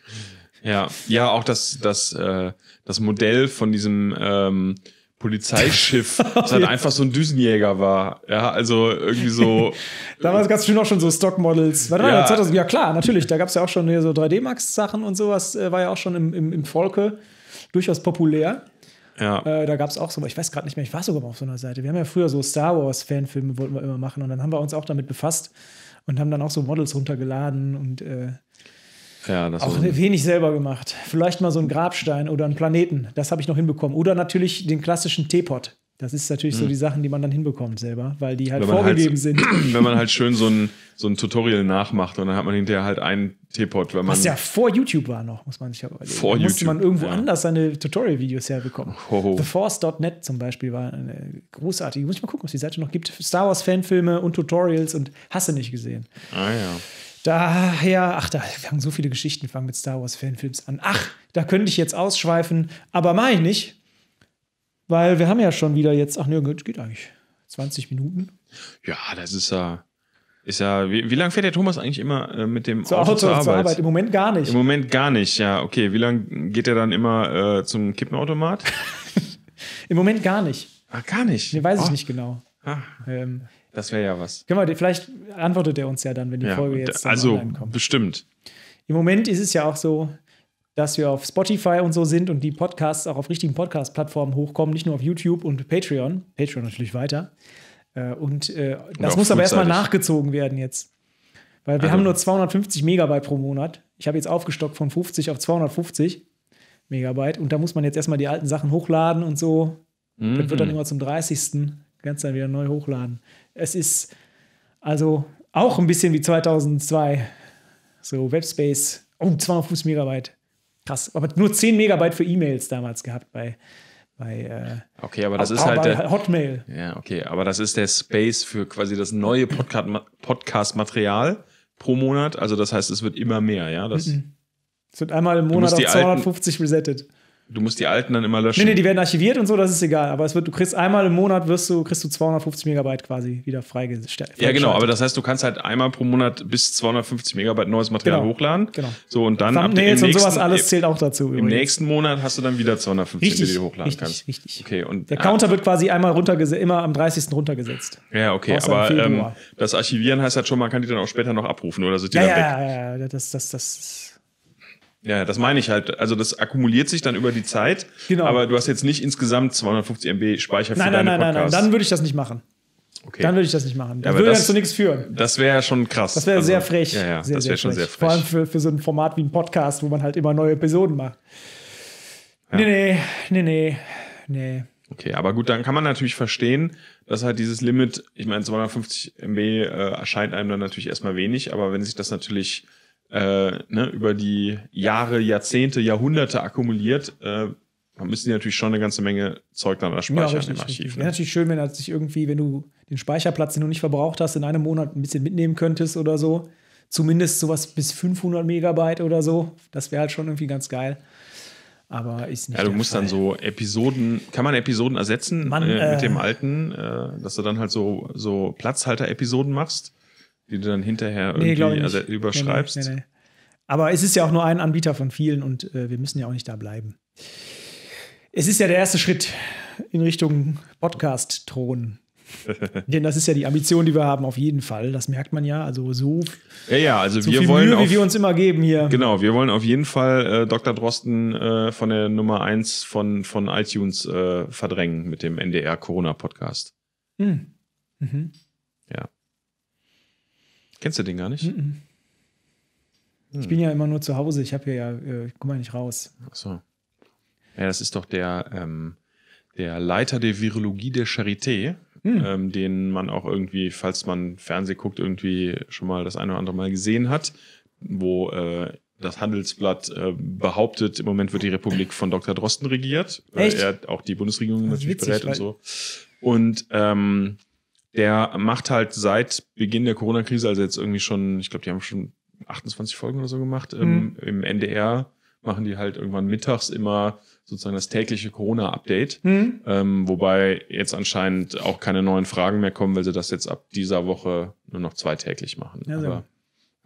[SPEAKER 1] Äh. Ja, ja, auch das, das, äh, das Modell von diesem ähm, Polizeischiff, das halt einfach so ein Düsenjäger war. Ja, also irgendwie so.
[SPEAKER 2] Damals gab es schon auch schon so Stockmodels. Warte
[SPEAKER 1] Ja.
[SPEAKER 2] mal, 2000, ja klar, natürlich. Da gab es ja auch schon hier so 3D-Max-Sachen und sowas. Äh, war ja auch schon im, im, im Volke durchaus populär.
[SPEAKER 1] ja.
[SPEAKER 2] Äh, da gab es auch so, ich weiß gerade nicht mehr, ich war sogar mal auf so einer Seite. Wir haben ja früher so Star Wars-Fanfilme wollten wir immer machen und dann haben wir uns auch damit befasst und haben dann auch so Models runtergeladen und äh,
[SPEAKER 1] ja, das
[SPEAKER 2] auch
[SPEAKER 1] war
[SPEAKER 2] wenig selber gemacht. Vielleicht mal so einen Grabstein oder einen Planeten. Das habe ich noch hinbekommen. Oder natürlich den klassischen Teepot. Das ist natürlich so die Sachen, die man dann hinbekommt selber, weil die halt
[SPEAKER 1] Hm. Wenn man
[SPEAKER 2] vorgegeben
[SPEAKER 1] halt-
[SPEAKER 2] sind.
[SPEAKER 1] wenn man halt schön so ein, so ein Tutorial nachmacht und dann hat man hinterher halt einen Teepot, wenn man.
[SPEAKER 2] Was ja vor YouTube war noch, muss man sich ja überlegen.
[SPEAKER 1] Vor
[SPEAKER 2] Da Musste
[SPEAKER 1] YouTube,
[SPEAKER 2] man irgendwo
[SPEAKER 1] ja.
[SPEAKER 2] anders seine Tutorial-Videos herbekommen.
[SPEAKER 1] Hoho.
[SPEAKER 2] TheForce.net zum Beispiel war eine großartige. Muss ich mal gucken, was die Seite noch gibt. Star Wars-Fanfilme und Tutorials und hast du nicht gesehen.
[SPEAKER 1] Ah ja.
[SPEAKER 2] Daher, ach, da fangen so viele Geschichten fangen mit Star Wars-Fanfilms an. Ach, da könnte ich jetzt ausschweifen, aber mach ich nicht. Weil wir haben ja schon wieder jetzt, ach nee, gut, geht eigentlich. 20 Minuten.
[SPEAKER 1] Ja, das ist ja. Ist ja. Wie, wie lange fährt der Thomas eigentlich immer äh, mit dem
[SPEAKER 2] Zur
[SPEAKER 1] Auto,
[SPEAKER 2] Auto,
[SPEAKER 1] zur Arbeit?
[SPEAKER 2] Im Moment gar nicht.
[SPEAKER 1] Im Moment gar nicht, ja. Okay, wie lange geht er dann immer äh, zum Kippenautomat?
[SPEAKER 2] Im Moment gar nicht.
[SPEAKER 1] Ah, gar nicht.
[SPEAKER 2] Nee, weiß ich
[SPEAKER 1] Oh,
[SPEAKER 2] nicht genau.
[SPEAKER 1] ah,
[SPEAKER 2] Ähm,
[SPEAKER 1] das wäre ja was.
[SPEAKER 2] Können wir, vielleicht antwortet er uns ja dann, wenn die
[SPEAKER 1] Ja,
[SPEAKER 2] Folge
[SPEAKER 1] und,
[SPEAKER 2] jetzt dann
[SPEAKER 1] also
[SPEAKER 2] online kommt.
[SPEAKER 1] bestimmt.
[SPEAKER 2] Im Moment ist es ja auch so, dass wir auf Spotify und so sind und die Podcasts auch auf richtigen Podcast-Plattformen hochkommen, nicht nur auf YouTube und Patreon. Patreon natürlich weiter. Äh, Und äh, das
[SPEAKER 1] auch
[SPEAKER 2] muss aber erstmal
[SPEAKER 1] frühzeitig.
[SPEAKER 2] nachgezogen werden jetzt. Weil wir
[SPEAKER 1] Also-
[SPEAKER 2] haben nur 250 Megabyte pro Monat. Ich habe jetzt aufgestockt von 50 auf 250 Megabyte. Und da muss man jetzt erstmal die alten Sachen hochladen und so.
[SPEAKER 1] Mhm.
[SPEAKER 2] Das wird dann immer zum 30. Kannst dann wieder neu hochladen. Es ist also auch ein bisschen wie 2002. So Webspace. Oh, 250 Megabyte. Krass. Aber nur 10 Megabyte für E-Mails damals gehabt bei, bei, äh,
[SPEAKER 1] Okay, aber das ist
[SPEAKER 2] bei
[SPEAKER 1] halt der.
[SPEAKER 2] Hotmail.
[SPEAKER 1] Ja, okay, aber das ist der Space für quasi das neue Podca- Podcast-Material pro Monat. Also das heißt, es wird immer mehr, ja. Das,
[SPEAKER 2] Mhm. Es wird einmal im Monat
[SPEAKER 1] musst
[SPEAKER 2] auf
[SPEAKER 1] die alten-
[SPEAKER 2] 250 resettet.
[SPEAKER 1] Du musst die alten dann immer
[SPEAKER 2] Nee,
[SPEAKER 1] löschen.
[SPEAKER 2] nee, die werden archiviert und so, das ist egal. Aber es wird, du kriegst einmal im Monat wirst du, kriegst du 250 Megabyte quasi wieder freigestellt.
[SPEAKER 1] ja, genau, aber
[SPEAKER 2] freigeschaltet.
[SPEAKER 1] das heißt, du kannst halt einmal pro Monat bis 250 Megabyte neues Material
[SPEAKER 2] Genau,
[SPEAKER 1] hochladen.
[SPEAKER 2] genau.
[SPEAKER 1] So, und dann ab dem-
[SPEAKER 2] Thumbnails
[SPEAKER 1] im
[SPEAKER 2] und sowas
[SPEAKER 1] nächsten-
[SPEAKER 2] alles zählt auch dazu.
[SPEAKER 1] Im nächsten Monat hast du dann wieder 250,
[SPEAKER 2] richtig,
[SPEAKER 1] die du hochladen
[SPEAKER 2] richtig,
[SPEAKER 1] kannst.
[SPEAKER 2] richtig.
[SPEAKER 1] Okay, und
[SPEAKER 2] Der Counter wird quasi einmal runtergesetzt, immer am 30. runtergesetzt.
[SPEAKER 1] Ja, okay,
[SPEAKER 2] Außer im
[SPEAKER 1] aber ähm,
[SPEAKER 2] Februar.
[SPEAKER 1] das Archivieren heißt halt schon, man kann die dann auch später noch abrufen oder sind die
[SPEAKER 2] Ja,
[SPEAKER 1] dann
[SPEAKER 2] ja,
[SPEAKER 1] weg?
[SPEAKER 2] ja, ja, ja, das, das, das.
[SPEAKER 1] Ja, das meine ich halt. Also das akkumuliert sich dann über die Zeit.
[SPEAKER 2] Genau.
[SPEAKER 1] Aber du hast jetzt nicht insgesamt 250 MB Speicher für deine
[SPEAKER 2] Nein, nein, nein, nein, nein,
[SPEAKER 1] Podcasts.
[SPEAKER 2] dann würde ich das nicht machen.
[SPEAKER 1] nein. Okay.
[SPEAKER 2] Dann würde ich das nicht machen. Das
[SPEAKER 1] aber
[SPEAKER 2] würde
[SPEAKER 1] das-
[SPEAKER 2] dann zu nichts führen.
[SPEAKER 1] das wäre ja schon krass.
[SPEAKER 2] Das wäre
[SPEAKER 1] Also,
[SPEAKER 2] sehr frech.
[SPEAKER 1] Ja, ja,
[SPEAKER 2] sehr,
[SPEAKER 1] das wäre schon sehr frech.
[SPEAKER 2] Vor allem für, für so ein Format wie ein Podcast, wo man halt immer neue Episoden macht. Nee, nee, nee, nee, nee.
[SPEAKER 1] okay, aber gut, dann kann man natürlich verstehen, dass halt dieses Limit, ich meine 250 MB äh, erscheint einem dann natürlich erstmal wenig, aber wenn sich das natürlich äh, ne, über die Jahre, Jahrzehnte, Jahrhunderte akkumuliert, äh, dann müssen die natürlich schon eine ganze Menge Zeug dann da
[SPEAKER 2] Ja,
[SPEAKER 1] speichern
[SPEAKER 2] richtig,
[SPEAKER 1] im
[SPEAKER 2] richtig.
[SPEAKER 1] Archiv.
[SPEAKER 2] Wäre
[SPEAKER 1] Ne?
[SPEAKER 2] natürlich schön, wenn er sich irgendwie, wenn du den Speicherplatz, den du nicht verbraucht hast, in einem Monat ein bisschen mitnehmen könntest oder so. Zumindest sowas bis 500 Megabyte oder so. Das wäre halt schon irgendwie ganz geil. Aber ist nicht.
[SPEAKER 1] Ja, du
[SPEAKER 2] der
[SPEAKER 1] musst
[SPEAKER 2] Fall.
[SPEAKER 1] dann so Episoden, kann man Episoden ersetzen
[SPEAKER 2] Mann,
[SPEAKER 1] äh, mit
[SPEAKER 2] äh.
[SPEAKER 1] dem alten, äh, dass du dann halt so, so Platzhalter-Episoden machst, die du dann hinterher
[SPEAKER 2] Nee,
[SPEAKER 1] irgendwie
[SPEAKER 2] glaube ich nicht.
[SPEAKER 1] erse- überschreibst.
[SPEAKER 2] Nee, nee, nee, nee. Aber es ist ja auch nur ein Anbieter von vielen und äh, wir müssen ja auch nicht da bleiben. Es ist ja der erste Schritt in Richtung Podcast-Thron. Denn das ist ja die Ambition, die wir haben, auf jeden Fall. Das merkt man ja. Also so,
[SPEAKER 1] Ja, ja, also
[SPEAKER 2] so
[SPEAKER 1] wir
[SPEAKER 2] viel
[SPEAKER 1] wollen
[SPEAKER 2] Mühe,
[SPEAKER 1] auf,
[SPEAKER 2] wie wir uns immer geben hier.
[SPEAKER 1] genau, wir wollen auf jeden Fall äh, Dr. Drosten äh, von der Nummer 1 von, von iTunes äh, verdrängen mit dem NDR Corona-Podcast.
[SPEAKER 2] Hm. Mhm.
[SPEAKER 1] Ja. Kennst du den gar nicht?
[SPEAKER 2] Mhm. Ich bin ja immer nur zu Hause. Ich habe hier ja, äh, ich komme ja nicht raus.
[SPEAKER 1] Ach so. Ja, das ist doch der, ähm, der Leiter der Virologie der Charité.
[SPEAKER 2] Hm.
[SPEAKER 1] ähm, den man auch irgendwie, falls man Fernseh guckt, irgendwie schon mal das eine oder andere Mal gesehen hat, wo äh, das Handelsblatt äh, behauptet, im Moment wird die Republik von Dr. Drosten regiert. Äh,
[SPEAKER 2] Echt?
[SPEAKER 1] Er hat auch die Bundesregierung
[SPEAKER 2] Das ist
[SPEAKER 1] natürlich
[SPEAKER 2] witzig,
[SPEAKER 1] berät und so. Und ähm, der macht halt seit Beginn der Corona-Krise, also jetzt irgendwie schon, ich glaube, die haben schon 28 Folgen oder so gemacht.
[SPEAKER 2] Mhm.
[SPEAKER 1] Ähm, Im NDR machen die halt irgendwann mittags immer sozusagen das tägliche Corona-Update.
[SPEAKER 2] Hm?
[SPEAKER 1] Ähm, wobei jetzt anscheinend auch keine neuen Fragen mehr kommen, weil sie das jetzt ab dieser Woche nur noch zweitäglich machen.
[SPEAKER 2] Ja, sehr
[SPEAKER 1] Aber,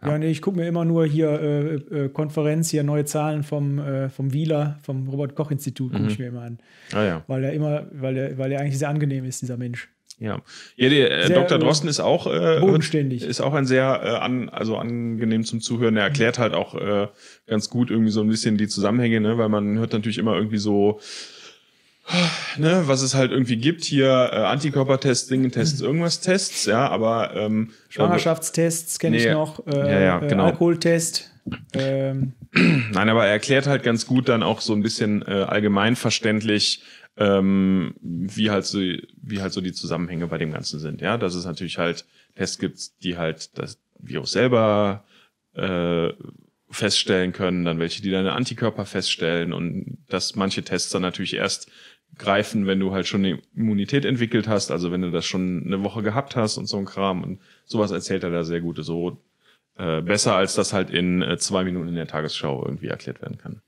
[SPEAKER 2] gut. Ja, nee, ich gucke mir immer nur hier äh, äh, Konferenz, hier neue Zahlen vom, äh, vom Wieler, vom Robert-Koch-Institut, gucke
[SPEAKER 1] Mhm.
[SPEAKER 2] ich mir immer an.
[SPEAKER 1] ah ja.
[SPEAKER 2] Weil er immer, weil er, weil er eigentlich sehr angenehm ist, dieser Mensch.
[SPEAKER 1] Ja, ja der, äh,
[SPEAKER 2] Sehr,
[SPEAKER 1] Dr.
[SPEAKER 2] äh,
[SPEAKER 1] Drosten ist auch äh,
[SPEAKER 2] bodenständig.
[SPEAKER 1] Ist auch ein sehr äh, an, also angenehm zum Zuhören. Er erklärt halt auch äh, ganz gut irgendwie so ein bisschen die Zusammenhänge, ne? weil man hört natürlich immer irgendwie so, ne, was es halt irgendwie gibt hier äh, Antikörpertests, Dingentests, irgendwas Tests, ja, aber ähm,
[SPEAKER 2] Schwangerschaftstests kenne ich
[SPEAKER 1] nee.
[SPEAKER 2] noch, äh,
[SPEAKER 1] Ja, ja,
[SPEAKER 2] äh,
[SPEAKER 1] genau.
[SPEAKER 2] Alkoholtest. Ähm,
[SPEAKER 1] Nein, aber er erklärt halt ganz gut dann auch so ein bisschen äh, allgemeinverständlich, ähm, wie halt so wie halt so die Zusammenhänge bei dem Ganzen sind. Ja, dass es natürlich halt Tests gibt, die halt das Virus selber äh, feststellen können, dann welche, die deine Antikörper feststellen und dass manche Tests dann natürlich erst greifen, wenn du halt schon eine Immunität entwickelt hast, also wenn du das schon eine Woche gehabt hast und so ein Kram und sowas erzählt er da sehr gut. So äh, besser als das halt in äh, zwei Minuten in der Tagesschau irgendwie erklärt werden kann.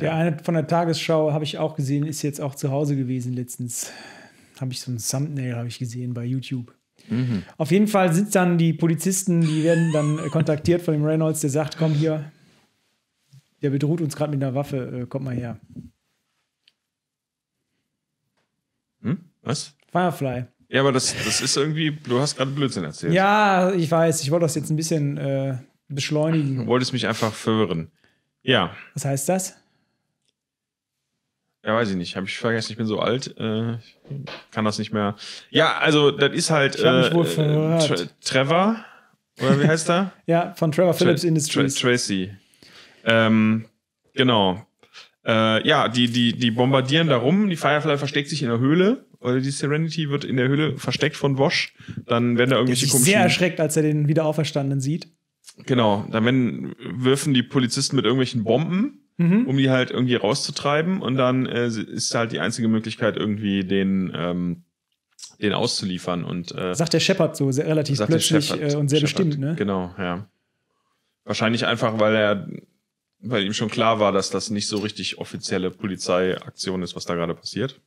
[SPEAKER 2] Der eine von der Tagesschau habe ich auch gesehen, ist jetzt auch zu Hause gewesen letztens. Habe ich so ein Thumbnail habe ich gesehen bei YouTube.
[SPEAKER 1] Mhm.
[SPEAKER 2] Auf jeden Fall sind dann die Polizisten, die werden dann äh, kontaktiert von dem Reynolds, der sagt, komm hier, der bedroht uns gerade mit einer Waffe, äh, kommt mal her.
[SPEAKER 1] Hm? Was?
[SPEAKER 2] Firefly.
[SPEAKER 1] Ja, aber das, das ist irgendwie, du hast gerade Blödsinn erzählt.
[SPEAKER 2] Ja, ich weiß, ich wollte das jetzt ein bisschen äh,
[SPEAKER 1] Du
[SPEAKER 2] beschleunigen.
[SPEAKER 1] wolltest mich einfach verwirren. Ja,
[SPEAKER 2] Was heißt das?
[SPEAKER 1] ja, weiß ich nicht. Habe ich vergessen, ich bin so alt. Äh, ich kann das nicht mehr. Ja, also das ist halt
[SPEAKER 2] Ich hab mich
[SPEAKER 1] äh,
[SPEAKER 2] wohl
[SPEAKER 1] äh,
[SPEAKER 2] verhört.
[SPEAKER 1] Tre- Trevor. Oder wie heißt er?
[SPEAKER 2] Ja, von Trevor Phillips
[SPEAKER 1] Tra-
[SPEAKER 2] Industries.
[SPEAKER 1] Tra Tracy. Ähm, genau. Äh, ja, die, die, die bombardieren da rum. Die Firefly versteckt sich in der Höhle. Oder die Serenity wird in der Höhle versteckt von Wash. Dann werden da
[SPEAKER 2] Der
[SPEAKER 1] irgendwelche
[SPEAKER 2] sich
[SPEAKER 1] komischen.
[SPEAKER 2] sehr erschreckt, als er den Wiederauferstandenen sieht.
[SPEAKER 1] Genau, dann wenn, wirfen die Polizisten mit irgendwelchen Bomben,
[SPEAKER 2] Mhm.
[SPEAKER 1] um die halt irgendwie rauszutreiben und dann äh, ist halt die einzige Möglichkeit irgendwie den, ähm, den auszuliefern und äh,
[SPEAKER 2] Sagt der Shepard so, sehr, relativ
[SPEAKER 1] sagt der
[SPEAKER 2] plötzlich
[SPEAKER 1] Shepard-
[SPEAKER 2] äh, und sehr
[SPEAKER 1] Shepard.
[SPEAKER 2] bestimmt, ne?
[SPEAKER 1] Genau, ja. Wahrscheinlich einfach, weil er, weil ihm schon klar war, dass das nicht so richtig offizielle Polizeiaktion ist, was da gerade passiert.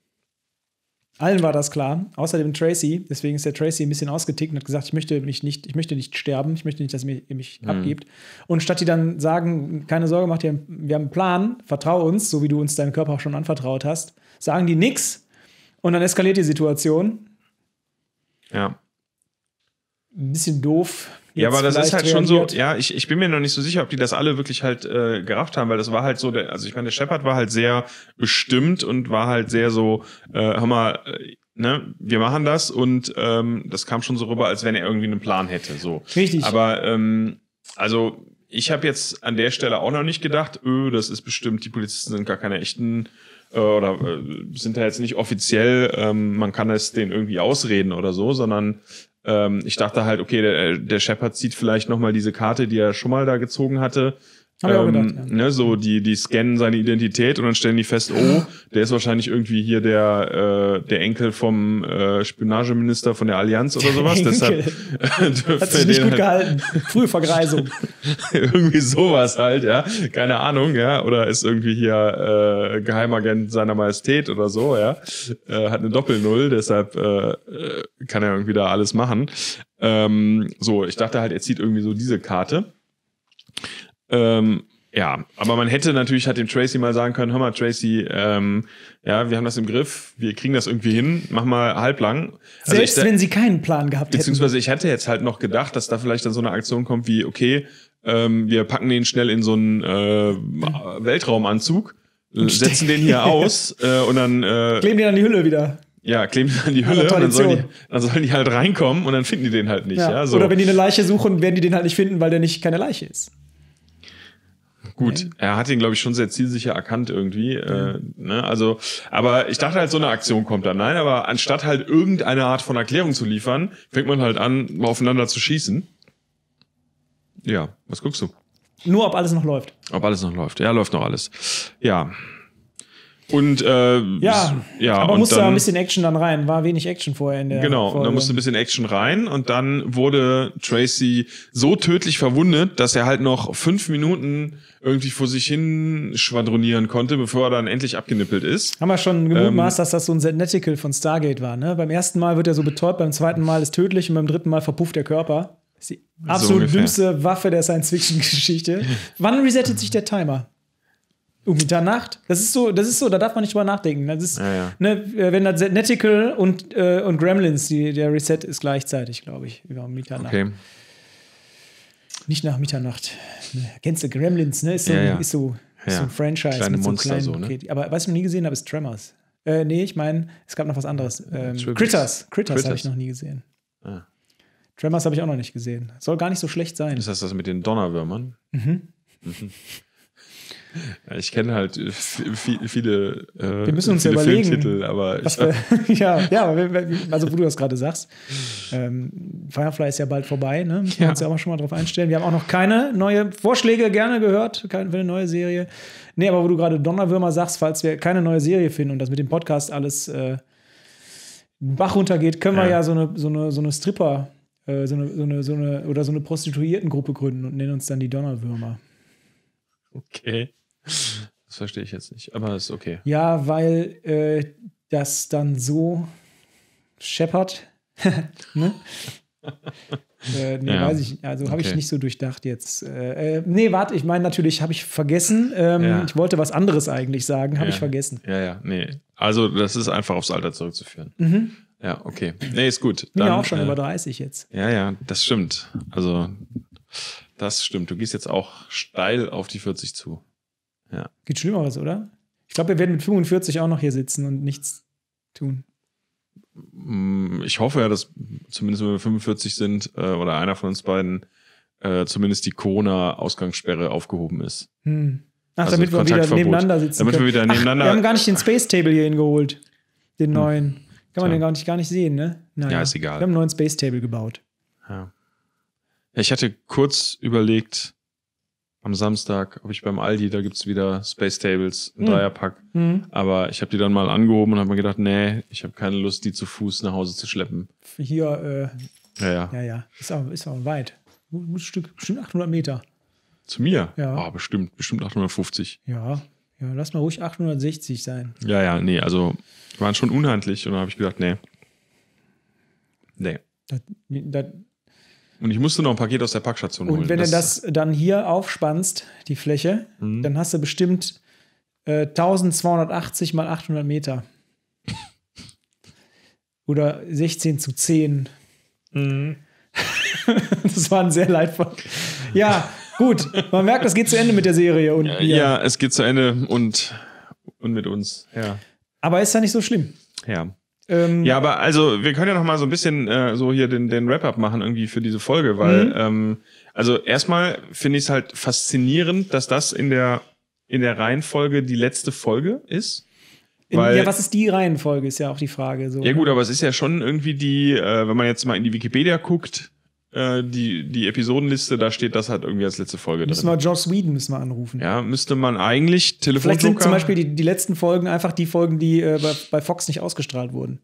[SPEAKER 2] Allen war das klar, außer dem Tracy. Deswegen ist der Tracy ein bisschen ausgetickt und hat gesagt, ich möchte mich nicht, ich möchte nicht sterben, ich möchte nicht, dass ihr mich, ihr mich
[SPEAKER 1] Mhm.
[SPEAKER 2] abgibt. Und statt die dann sagen, keine Sorge, macht ihr, wir haben einen Plan, vertrau uns, so wie du uns deinen Körper auch schon anvertraut hast, sagen die nix und dann eskaliert die Situation.
[SPEAKER 1] Ja.
[SPEAKER 2] Ein bisschen doof.
[SPEAKER 1] Ja,
[SPEAKER 2] Jetzt
[SPEAKER 1] aber das ist halt
[SPEAKER 2] vielleicht
[SPEAKER 1] schon so,
[SPEAKER 2] reagiert.
[SPEAKER 1] ja, ich, ich bin mir noch nicht so sicher, ob die das alle wirklich halt äh, gerafft haben, weil das war halt so, der, also ich meine, der Shepard war halt sehr bestimmt und war halt sehr so, äh, hör mal, äh, ne, wir machen das und ähm, das kam schon so rüber, als wenn er irgendwie einen Plan hätte. So.
[SPEAKER 2] Richtig.
[SPEAKER 1] Aber ähm, also ich habe jetzt an der Stelle auch noch nicht gedacht, öh, das ist bestimmt, die Polizisten sind gar keine echten äh, oder äh, sind da jetzt nicht offiziell, ähm, man kann es denen irgendwie ausreden oder so, sondern ähm, ich dachte halt, okay, der, der Shepard zieht vielleicht nochmal diese Karte, die er schon mal da gezogen hatte.
[SPEAKER 2] Hab ich auch
[SPEAKER 1] ähm,
[SPEAKER 2] gedacht, ja.
[SPEAKER 1] ne, so die, die scannen seine Identität und dann stellen die fest, oh, der ist wahrscheinlich irgendwie hier der, äh, der Enkel vom äh, Spionageminister von der Allianz oder sowas.
[SPEAKER 2] Enkel.
[SPEAKER 1] Deshalb dürfen
[SPEAKER 2] Hat
[SPEAKER 1] wir
[SPEAKER 2] sich nicht
[SPEAKER 1] den
[SPEAKER 2] gut
[SPEAKER 1] halt
[SPEAKER 2] gehalten. Frühe Vergreisung.
[SPEAKER 1] irgendwie sowas halt, ja. Keine Ahnung, ja. Oder ist irgendwie hier äh, Geheimagent seiner Majestät oder so, ja. Äh, hat eine Doppelnull, deshalb äh, äh, kann er irgendwie da alles machen. Ähm, so, ich dachte halt, er zieht irgendwie so diese Karte. Ähm, ja, aber man hätte natürlich halt dem Tracy mal sagen können, hör mal, Tracy, ähm, ja, wir haben das im Griff, wir kriegen das irgendwie hin, mach mal halblang. Also
[SPEAKER 2] Selbst
[SPEAKER 1] ich-
[SPEAKER 2] wenn sie keinen Plan gehabt hätten.
[SPEAKER 1] Beziehungsweise ich hätte jetzt halt noch gedacht, dass da vielleicht dann so eine Aktion kommt wie, okay, ähm, wir packen den schnell in so einen äh, Weltraumanzug, äh, setzen den hier aus äh, und dann äh,
[SPEAKER 2] Kleben die an die Hülle wieder.
[SPEAKER 1] ja, kleben die an die Hülle
[SPEAKER 2] Also
[SPEAKER 1] und dann sollen, die,
[SPEAKER 2] Tradition.
[SPEAKER 1] dann sollen die halt reinkommen und dann finden die den halt nicht. Ja.
[SPEAKER 2] Ja.
[SPEAKER 1] so.
[SPEAKER 2] Oder wenn die eine Leiche suchen, werden die den halt nicht finden, weil der nicht keine Leiche ist.
[SPEAKER 1] Gut, er hat ihn, glaube ich, schon sehr zielsicher erkannt irgendwie. Äh, ne? Also, aber ich dachte halt, so eine Aktion kommt dann. Nein, aber anstatt halt irgendeine Art von Erklärung zu liefern, fängt man halt an, mal aufeinander zu schießen. Ja, was guckst du?
[SPEAKER 2] Nur ob alles noch läuft.
[SPEAKER 1] Ob alles noch läuft. Ja, läuft noch alles. Ja. Und äh,
[SPEAKER 2] Ja,
[SPEAKER 1] ja
[SPEAKER 2] aber
[SPEAKER 1] und
[SPEAKER 2] musste
[SPEAKER 1] dann,
[SPEAKER 2] da ein bisschen Action dann rein. War wenig Action vorher in der
[SPEAKER 1] Genau,
[SPEAKER 2] Folge.
[SPEAKER 1] da musste ein bisschen Action rein und dann wurde Tracy so tödlich verwundet, dass er halt noch fünf Minuten irgendwie vor sich hin schwadronieren konnte, bevor er dann endlich abgenippelt ist.
[SPEAKER 2] Haben wir schon
[SPEAKER 1] Ähm,
[SPEAKER 2] gemutmaßt, dass das so ein Zenetical von Stargate war. Ne? Beim ersten Mal wird er so betäubt, beim zweiten Mal ist tödlich und beim dritten Mal verpufft der Körper. Das ist die absolut
[SPEAKER 1] ungefähr.
[SPEAKER 2] dümmste Waffe der Science-Fiction-Geschichte. Wann resettet sich der Timer? Um Mitternacht? Das ist so, das ist so, da darf man nicht drüber nachdenken. Das ist,
[SPEAKER 1] Ja, ja.
[SPEAKER 2] Ne, äh, wenn das Zenetical und, äh, und Gremlins, die, der Reset ist gleichzeitig, glaube ich, über Mitternacht.
[SPEAKER 1] Okay.
[SPEAKER 2] Nicht nach Mitternacht. Ne, Kennst du Gremlins, ne? Ist so,
[SPEAKER 1] Ja,
[SPEAKER 2] ein-
[SPEAKER 1] ja.
[SPEAKER 2] Ist so,
[SPEAKER 1] Ja,
[SPEAKER 2] ist so
[SPEAKER 1] ja.
[SPEAKER 2] ein Franchise.
[SPEAKER 1] Kleine
[SPEAKER 2] mit so
[SPEAKER 1] Monster
[SPEAKER 2] kleinen,
[SPEAKER 1] so, ne?
[SPEAKER 2] Kid- Aber was ich noch nie gesehen habe, ist Tremors. Äh, nee, ich meine, es gab noch was anderes. Ähm,
[SPEAKER 1] Tribbles.
[SPEAKER 2] Critters. Critters habe
[SPEAKER 1] Critters.
[SPEAKER 2] ich noch nie gesehen.
[SPEAKER 1] Ah.
[SPEAKER 2] Tremors habe ich auch noch nicht gesehen. Soll gar nicht so schlecht sein.
[SPEAKER 1] Ist das das mit den Donnerwürmern? Mhm. Ja, Ich kenne halt äh, vi- viele, äh,
[SPEAKER 2] Wir müssen uns
[SPEAKER 1] viele
[SPEAKER 2] ja überlegen,
[SPEAKER 1] Filmtitel, aber
[SPEAKER 2] Was
[SPEAKER 1] ich,
[SPEAKER 2] wir, ja, ja, aber wenn- wenn- also wo du das gerade sagst. Ähm, Firefly ist ja bald vorbei, ne? Müssen wir
[SPEAKER 1] Ja.
[SPEAKER 2] uns ja auch mal schon mal drauf einstellen. Wir haben auch noch keine neue Vorschläge gerne gehört, keine, für eine neue Serie. Nee, aber wo du gerade Donnerwürmer sagst, falls wir keine neue Serie finden und das mit dem Podcast alles äh, den Bach runtergeht, können wir
[SPEAKER 1] Ja.
[SPEAKER 2] ja so eine, so eine, so eine Stripper, äh, so, eine, so, eine, so eine oder so eine Prostituiertengruppe gründen und nennen uns dann die Donnerwürmer.
[SPEAKER 1] okay. Das verstehe ich jetzt nicht, aber ist okay.
[SPEAKER 2] Ja, weil äh, das dann so scheppert. ne? äh, nee,
[SPEAKER 1] Ja.
[SPEAKER 2] weiß ich nicht. Also habe ich
[SPEAKER 1] Okay.
[SPEAKER 2] nicht so durchdacht jetzt. Äh, äh, nee, warte, ich meine natürlich, habe ich vergessen. Ähm,
[SPEAKER 1] Ja.
[SPEAKER 2] Ich wollte was anderes eigentlich sagen, habe
[SPEAKER 1] Ja.
[SPEAKER 2] ich vergessen.
[SPEAKER 1] Ja, ja, nee. Also, das ist einfach aufs Alter zurückzuführen. Ja, okay. Nee, ist gut.
[SPEAKER 2] Mhm. Bin ja
[SPEAKER 1] Dann,
[SPEAKER 2] auch schon
[SPEAKER 1] äh,
[SPEAKER 2] über 30 jetzt.
[SPEAKER 1] Ja, ja, das stimmt. Also, das stimmt. Du gehst jetzt auch steil auf die 40 zu.
[SPEAKER 2] Geht Schlimmeres, oder? Ich glaube, wir werden mit 45 auch noch hier sitzen und nichts tun.
[SPEAKER 1] Mm, Ich hoffe ja, dass zumindest wenn wir 45 sind äh, oder einer von uns beiden äh, zumindest die Corona-Ausgangssperre aufgehoben ist.
[SPEAKER 2] Hm. Ach,
[SPEAKER 1] Also
[SPEAKER 2] damit wir wieder
[SPEAKER 1] Kontaktverbot.
[SPEAKER 2] nebeneinander sitzen
[SPEAKER 1] Damit wir
[SPEAKER 2] können.
[SPEAKER 1] wieder nebeneinander- Hm.
[SPEAKER 2] Ach, wir haben gar nicht den Space Table hierhin geholt. Den neuen. Kann man
[SPEAKER 1] Tja.
[SPEAKER 2] den gar nicht, gar nicht sehen, ne? Naja.
[SPEAKER 1] Ja, ist egal.
[SPEAKER 2] Wir haben einen neuen Space Table gebaut.
[SPEAKER 1] Ja. ja. Ich hatte kurz überlegt am Samstag, ob ich beim Aldi, da gibt's wieder Space Tables, ein
[SPEAKER 2] Hm.
[SPEAKER 1] Dreierpack.
[SPEAKER 2] Hm.
[SPEAKER 1] Aber ich habe die dann mal angehoben und habe mir gedacht, nee, ich habe keine Lust, die zu Fuß nach Hause zu schleppen.
[SPEAKER 2] Hier,
[SPEAKER 1] Ja, ja.
[SPEAKER 2] äh, ja, ja. Ist auch, ist auch weit. Gut- gutes Stück, bestimmt 800 Meter.
[SPEAKER 1] Zu mir?
[SPEAKER 2] Ja.
[SPEAKER 1] Ah, bestimmt, bestimmt 850.
[SPEAKER 2] Ja. Ja, lass mal ruhig 860 sein.
[SPEAKER 1] Ja, ja, nee, also die waren schon unhandlich und dann habe ich gedacht, nee. Nee.
[SPEAKER 2] Das, das,
[SPEAKER 1] Und ich musste noch ein Paket aus der Packstation holen.
[SPEAKER 2] und wenn du das dann hier aufspannst, die Fläche,
[SPEAKER 1] Mhm.
[SPEAKER 2] dann hast du bestimmt äh, 1280 mal 800 Meter. Oder 16 zu 10.
[SPEAKER 1] Mhm.
[SPEAKER 2] Das war ein sehr leidvoll. Ja, gut. Man merkt, das geht zu Ende mit der Serie. Und
[SPEAKER 1] ja.
[SPEAKER 2] mir.
[SPEAKER 1] ja, es geht zu Ende und, und mit uns. Ja.
[SPEAKER 2] Aber ist ja nicht so schlimm.
[SPEAKER 1] Ja.
[SPEAKER 2] Ähm,
[SPEAKER 1] Ja, aber also wir können ja noch mal so ein bisschen äh, so hier den, den Wrap-up machen irgendwie für diese Folge, weil
[SPEAKER 2] Mhm.
[SPEAKER 1] ähm, also erstmal finde ich es halt faszinierend, dass das in der in der Reihenfolge die letzte Folge ist.
[SPEAKER 2] in,
[SPEAKER 1] weil-
[SPEAKER 2] ja, was ist die Reihenfolge, ist ja auch die Frage. So,
[SPEAKER 1] Ja gut,
[SPEAKER 2] ne?
[SPEAKER 1] aber es ist ja schon irgendwie die, äh, wenn man jetzt mal in die Wikipedia guckt, äh, die die Episodenliste, da steht das halt irgendwie als letzte Folge
[SPEAKER 2] Müssen
[SPEAKER 1] drin.
[SPEAKER 2] wir Joss Whedon müssen wir anrufen.
[SPEAKER 1] Ja, müsste man eigentlich
[SPEAKER 2] Vielleicht sind zum
[SPEAKER 1] Telefonjoker.
[SPEAKER 2] Beispiel die, die letzten Folgen einfach die Folgen, die äh, bei, bei Fox nicht ausgestrahlt wurden.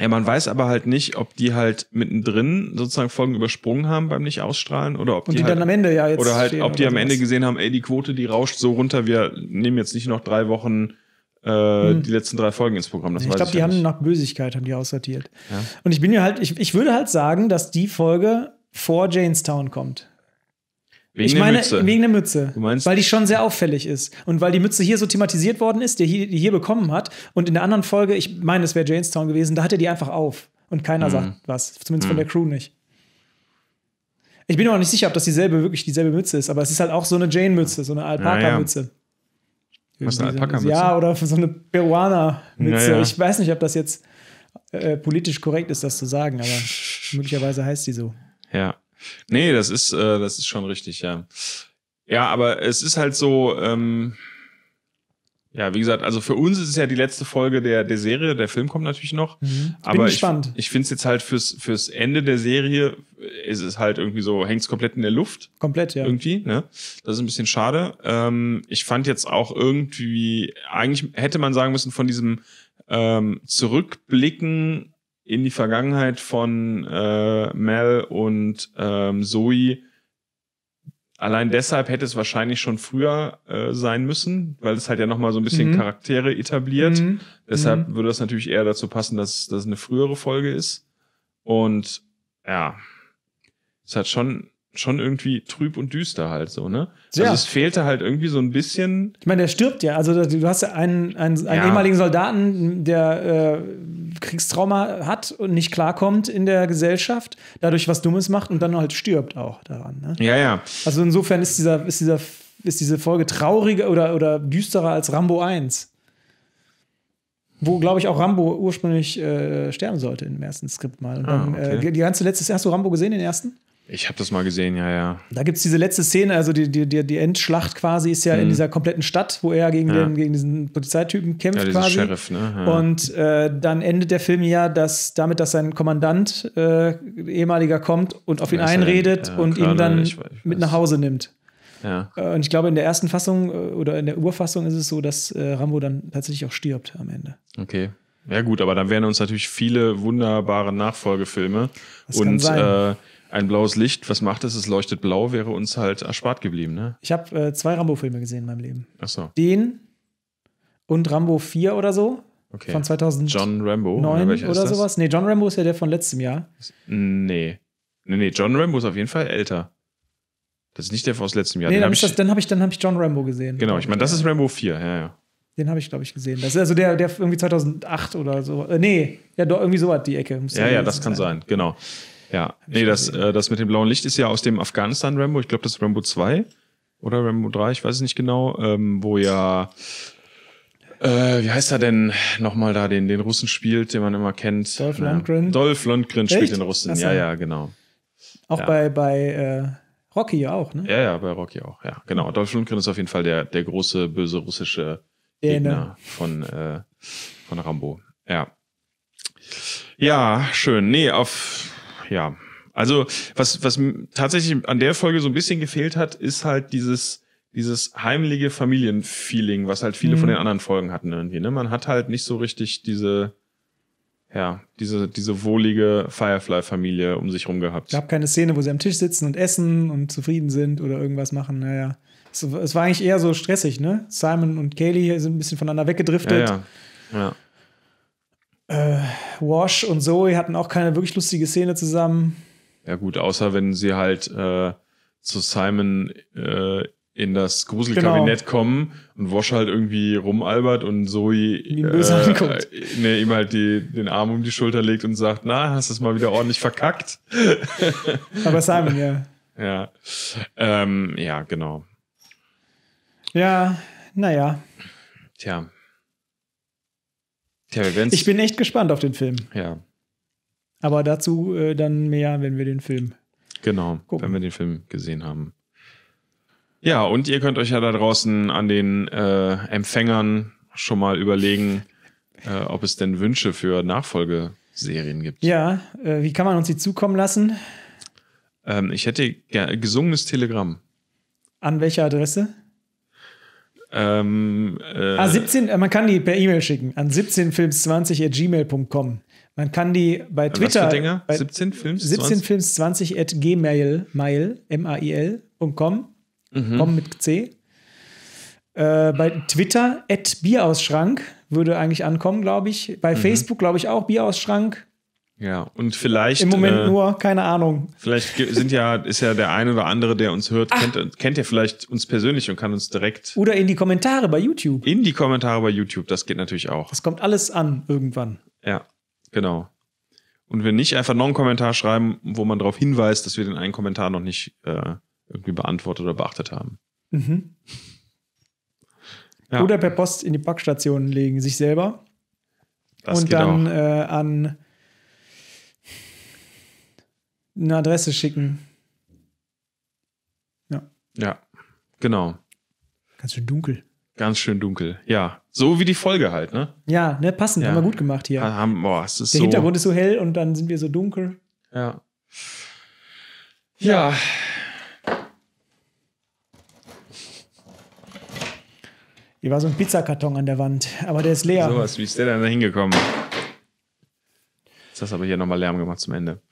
[SPEAKER 1] Ja, man weiß aber halt nicht, ob die halt mittendrin sozusagen Folgen übersprungen haben beim nicht ausstrahlen oder ob
[SPEAKER 2] Und die,
[SPEAKER 1] die halt
[SPEAKER 2] dann am Ende ja jetzt.
[SPEAKER 1] Oder halt,
[SPEAKER 2] stehen
[SPEAKER 1] ob die
[SPEAKER 2] oder
[SPEAKER 1] am Ende
[SPEAKER 2] sowas.
[SPEAKER 1] gesehen haben, ey, die Quote, die rauscht so runter, wir nehmen jetzt nicht noch drei Wochen äh, die letzten drei Folgen ins Programm. Das
[SPEAKER 2] Hm. Ich
[SPEAKER 1] weiß
[SPEAKER 2] glaube,
[SPEAKER 1] ich
[SPEAKER 2] die
[SPEAKER 1] ja
[SPEAKER 2] haben
[SPEAKER 1] nicht.
[SPEAKER 2] nach Bösigkeit haben die aussortiert. Und ich bin mir halt, ich, ich würde halt sagen, dass die Folge vor Janestown kommt.
[SPEAKER 1] Wegen
[SPEAKER 2] ich
[SPEAKER 1] der
[SPEAKER 2] meine,
[SPEAKER 1] Mütze.
[SPEAKER 2] wegen der Mütze.
[SPEAKER 1] Du meinst-
[SPEAKER 2] weil die schon sehr auffällig ist. Und weil die Mütze hier so thematisiert worden ist, die hier, die hier bekommen hat. Und in der anderen Folge, ich meine, es wäre Janestown gewesen, da hat er die einfach auf. Und keiner
[SPEAKER 1] Mhm.
[SPEAKER 2] sagt was. Zumindest von der Crew nicht. Ich bin mir auch nicht sicher, ob das dieselbe, wirklich dieselbe Mütze ist, aber es ist halt auch so eine Jane-Mütze, so eine Alpaka-Mütze.
[SPEAKER 1] Was ist eine
[SPEAKER 2] Irgendwie so
[SPEAKER 1] Alpaka-Mütze?
[SPEAKER 2] Ja, oder so eine Peruaner-Mütze.
[SPEAKER 1] Ja, ja.
[SPEAKER 2] Ich weiß nicht, ob das jetzt äh, politisch korrekt ist, das zu sagen, aber möglicherweise heißt die so.
[SPEAKER 1] Ja. Nee, das ist, äh, das ist schon richtig, ja. Ja, aber es ist halt so, ähm, ja, wie gesagt, also für uns ist es ja die letzte Folge der, der Serie, der Film kommt natürlich noch. Aber
[SPEAKER 2] Mhm. gespannt.
[SPEAKER 1] ich, ich finde es jetzt halt fürs, fürs Ende der Serie ist es halt irgendwie so, hängt es komplett in der Luft
[SPEAKER 2] Komplett, ja.
[SPEAKER 1] irgendwie. Ne? Das ist ein bisschen schade. Ähm, ich fand jetzt auch irgendwie, eigentlich hätte man sagen müssen, von diesem ähm, Zurückblicken in die Vergangenheit von äh, Mel und ähm, Zoe. Allein deshalb hätte es wahrscheinlich schon früher äh, sein müssen, weil es halt ja nochmal so ein bisschen
[SPEAKER 2] Mhm.
[SPEAKER 1] Charaktere etabliert.
[SPEAKER 2] Mhm.
[SPEAKER 1] Deshalb
[SPEAKER 2] Mhm.
[SPEAKER 1] würde das natürlich eher dazu passen, dass das eine frühere Folge ist. Und ja, ist halt schon, schon irgendwie trüb und düster halt so, ne?
[SPEAKER 2] Ja.
[SPEAKER 1] Also es fehlte halt irgendwie so ein bisschen.
[SPEAKER 2] Ich meine, der stirbt ja. Also du hast ja einen, einen, einen
[SPEAKER 1] Ja.
[SPEAKER 2] ehemaligen Soldaten, der äh, Kriegstrauma hat und nicht klarkommt in der Gesellschaft, dadurch was Dummes macht und dann halt stirbt auch daran. Ne?
[SPEAKER 1] Ja, ja.
[SPEAKER 2] Also insofern ist dieser, ist dieser, ist diese Folge trauriger oder, oder düsterer als Rambo 1. Wo, glaube ich, auch Rambo ursprünglich äh, sterben sollte im ersten Skript mal. Und
[SPEAKER 1] Ah,
[SPEAKER 2] dann,
[SPEAKER 1] okay.
[SPEAKER 2] äh, die ganze letzte, hast du Rambo gesehen, den ersten?
[SPEAKER 1] Ich habe das mal gesehen, ja, ja.
[SPEAKER 2] Da gibt es diese letzte Szene, also die, die, die, die Endschlacht quasi ist ja in dieser kompletten Stadt, wo er gegen,
[SPEAKER 1] Mhm. Ja.
[SPEAKER 2] den, gegen diesen Polizeitypen kämpft
[SPEAKER 1] Ja, diesen
[SPEAKER 2] quasi.
[SPEAKER 1] Sheriff, ne? Ja.
[SPEAKER 2] Und äh, dann endet der Film ja dass, damit, dass sein Kommandant äh, ehemaliger kommt und auf ihn
[SPEAKER 1] Wer ist er denn?
[SPEAKER 2] einredet
[SPEAKER 1] Ja,
[SPEAKER 2] und
[SPEAKER 1] Colonel,
[SPEAKER 2] ihn dann
[SPEAKER 1] ich weiß- ich
[SPEAKER 2] mit
[SPEAKER 1] weiß.
[SPEAKER 2] nach Hause nimmt.
[SPEAKER 1] ja.
[SPEAKER 2] Äh, und ich glaube, in der ersten Fassung äh, oder in der Urfassung ist es so, dass äh, Rambo dann tatsächlich auch stirbt am Ende.
[SPEAKER 1] Okay. Ja, gut, aber dann wären uns natürlich viele wunderbare Nachfolgefilme.
[SPEAKER 2] Das kann
[SPEAKER 1] und
[SPEAKER 2] sein.
[SPEAKER 1] äh, ein blaues Licht, was macht es? Es leuchtet blau, wäre uns halt erspart geblieben, ne?
[SPEAKER 2] Ich habe äh, zwei Rambo-Filme gesehen in meinem Leben.
[SPEAKER 1] Ach so,
[SPEAKER 2] Den und Rambo 4 oder so
[SPEAKER 1] okay.
[SPEAKER 2] von 2000.
[SPEAKER 1] John Rambo. oder
[SPEAKER 2] 9
[SPEAKER 1] welcher
[SPEAKER 2] oder,
[SPEAKER 1] ist das?
[SPEAKER 2] sowas. Nee, John Rambo ist ja der von letztem Jahr.
[SPEAKER 1] Nee. Nee, nee, John Rambo ist auf jeden Fall älter. Das ist nicht der aus letztem Jahr.
[SPEAKER 2] nee,
[SPEAKER 1] den
[SPEAKER 2] dann
[SPEAKER 1] hab
[SPEAKER 2] ist
[SPEAKER 1] ich,
[SPEAKER 2] das- dann habe ich, dann hab ich John Rambo gesehen.
[SPEAKER 1] genau, ich meine, das ist Rambo 4, ja, ja.
[SPEAKER 2] Den habe ich, glaube ich, gesehen. Das ist also der, der irgendwie 2008 oder so. Äh, nee, ja, doch, irgendwie so hat die Ecke. muss
[SPEAKER 1] Ja, ja,
[SPEAKER 2] gewesen
[SPEAKER 1] das kann sein, genau. Ja, nee, das, äh, das mit dem blauen Licht ist ja aus dem Afghanistan-Rambo. Ich glaube, das ist Rambo 2 oder Rambo 3, ich weiß es nicht genau, ähm, wo ja, äh, wie heißt er denn nochmal da, den, den Russen spielt, den man immer kennt?
[SPEAKER 2] Dolph
[SPEAKER 1] Ja.
[SPEAKER 2] Lundgren?
[SPEAKER 1] Dolph Lundgren spielt
[SPEAKER 2] Echt?
[SPEAKER 1] den Russen,
[SPEAKER 2] Ach so.
[SPEAKER 1] ja, ja, genau.
[SPEAKER 2] Auch
[SPEAKER 1] Ja.
[SPEAKER 2] bei, bei äh, Rocky auch, ne?
[SPEAKER 1] Ja, ja, bei Rocky auch, ja, genau. Dolph Lundgren ist auf jeden Fall der, der große, böse russische
[SPEAKER 2] Der, ne?
[SPEAKER 1] Gegner von, äh, von Rambo. Ja. Ja, schön. Nee, auf, ja. Also, was, was m- tatsächlich an der Folge so ein bisschen gefehlt hat, ist halt dieses, dieses heimelige Familienfeeling, was halt viele
[SPEAKER 2] Mhm.
[SPEAKER 1] von den anderen Folgen hatten irgendwie, ne? Man hat halt nicht so richtig diese, ja, diese, diese wohlige Firefly-Familie um sich rum gehabt.
[SPEAKER 2] Es gab keine Szene, wo sie am Tisch sitzen und essen und zufrieden sind oder irgendwas machen. Naja. Es, es war eigentlich eher so stressig, ne? Simon und Kaylee sind ein bisschen voneinander
[SPEAKER 1] ja,
[SPEAKER 2] weggedriftet.
[SPEAKER 1] ja. ja.
[SPEAKER 2] Wash und Zoe hatten auch keine wirklich lustige Szene zusammen.
[SPEAKER 1] Ja, gut, außer wenn sie halt äh, zu Simon äh, in das Gruselkabinett
[SPEAKER 2] Genau.
[SPEAKER 1] kommen und Wash halt irgendwie rumalbert und Zoe
[SPEAKER 2] ihn böse
[SPEAKER 1] äh,
[SPEAKER 2] anguckt.
[SPEAKER 1] nee, ihm halt die, den Arm um die Schulter legt und sagt, na, hast du es mal wieder ordentlich verkackt?
[SPEAKER 2] Aber Simon, ja.
[SPEAKER 1] Ja, ähm, ja genau.
[SPEAKER 2] Ja, naja.
[SPEAKER 1] Tja. Tja, wir werden's.
[SPEAKER 2] Ich bin echt gespannt auf den Film.
[SPEAKER 1] ja,
[SPEAKER 2] Aber dazu äh, dann mehr, wenn wir den Film.
[SPEAKER 1] Genau,
[SPEAKER 2] Gucken.
[SPEAKER 1] wenn wir den Film gesehen haben. Ja, und ihr könnt euch ja da draußen an den äh, Empfängern schon mal überlegen, äh, ob es denn Wünsche für Nachfolgeserien gibt.
[SPEAKER 2] Ja, äh, wie kann man uns die zukommen lassen?
[SPEAKER 1] Ähm, ich hätte ge- gesungenes Telegramm.
[SPEAKER 2] An welcher Adresse?
[SPEAKER 1] Ähm, äh,
[SPEAKER 2] ah, 17, äh, man kann die per E-Mail schicken an 17films20@gmail.com. Man kann die bei Twitter
[SPEAKER 1] Was für Dinger?
[SPEAKER 2] bei
[SPEAKER 1] 17 Films? 20?
[SPEAKER 2] 17films20@gmail mail m a i l .com,
[SPEAKER 1] Mhm.
[SPEAKER 2] com mit c. Äh, bei Twitter at Bierausschrank würde eigentlich ankommen, glaube ich.
[SPEAKER 1] Mhm.
[SPEAKER 2] Bei Facebook, glaube ich, auch Bierausschrank.
[SPEAKER 1] Ja, und vielleicht.
[SPEAKER 2] Im Moment
[SPEAKER 1] äh,
[SPEAKER 2] nur, keine Ahnung.
[SPEAKER 1] Vielleicht ge- sind ja, ist ja der ein oder andere, der uns hört,
[SPEAKER 2] Ah.
[SPEAKER 1] kennt, kennt ja vielleicht uns persönlich und kann uns direkt
[SPEAKER 2] Oder in die Kommentare bei YouTube.
[SPEAKER 1] in die Kommentare bei YouTube. Das geht natürlich auch.
[SPEAKER 2] Das kommt alles an irgendwann.
[SPEAKER 1] Ja, genau. Und wenn nicht, einfach noch einen Kommentar schreiben, wo man darauf hinweist, dass wir den einen Kommentar noch nicht äh, irgendwie beantwortet oder beachtet haben.
[SPEAKER 2] Mhm.
[SPEAKER 1] Ja.
[SPEAKER 2] Oder per Post in die Packstationen legen, sich selber.
[SPEAKER 1] Das
[SPEAKER 2] und
[SPEAKER 1] geht
[SPEAKER 2] dann
[SPEAKER 1] auch.
[SPEAKER 2] äh, an eine Adresse schicken.
[SPEAKER 1] Ja, Genau.
[SPEAKER 2] Ganz schön dunkel.
[SPEAKER 1] Ganz schön dunkel. Ja. So wie die Folge halt, ne?
[SPEAKER 2] Ja, ne, passend.
[SPEAKER 1] Ja.
[SPEAKER 2] Haben wir gut gemacht hier.
[SPEAKER 1] Ha- Haben, boah, es ist
[SPEAKER 2] Der
[SPEAKER 1] so.
[SPEAKER 2] Hintergrund ist so hell und dann sind wir so dunkel.
[SPEAKER 1] Ja. Ja.
[SPEAKER 2] Hier war so ein Pizzakarton an der Wand, aber der ist leer.
[SPEAKER 1] Sowas, wie ist der denn da hingekommen? Jetzt hast du aber hier nochmal Lärm gemacht zum Ende.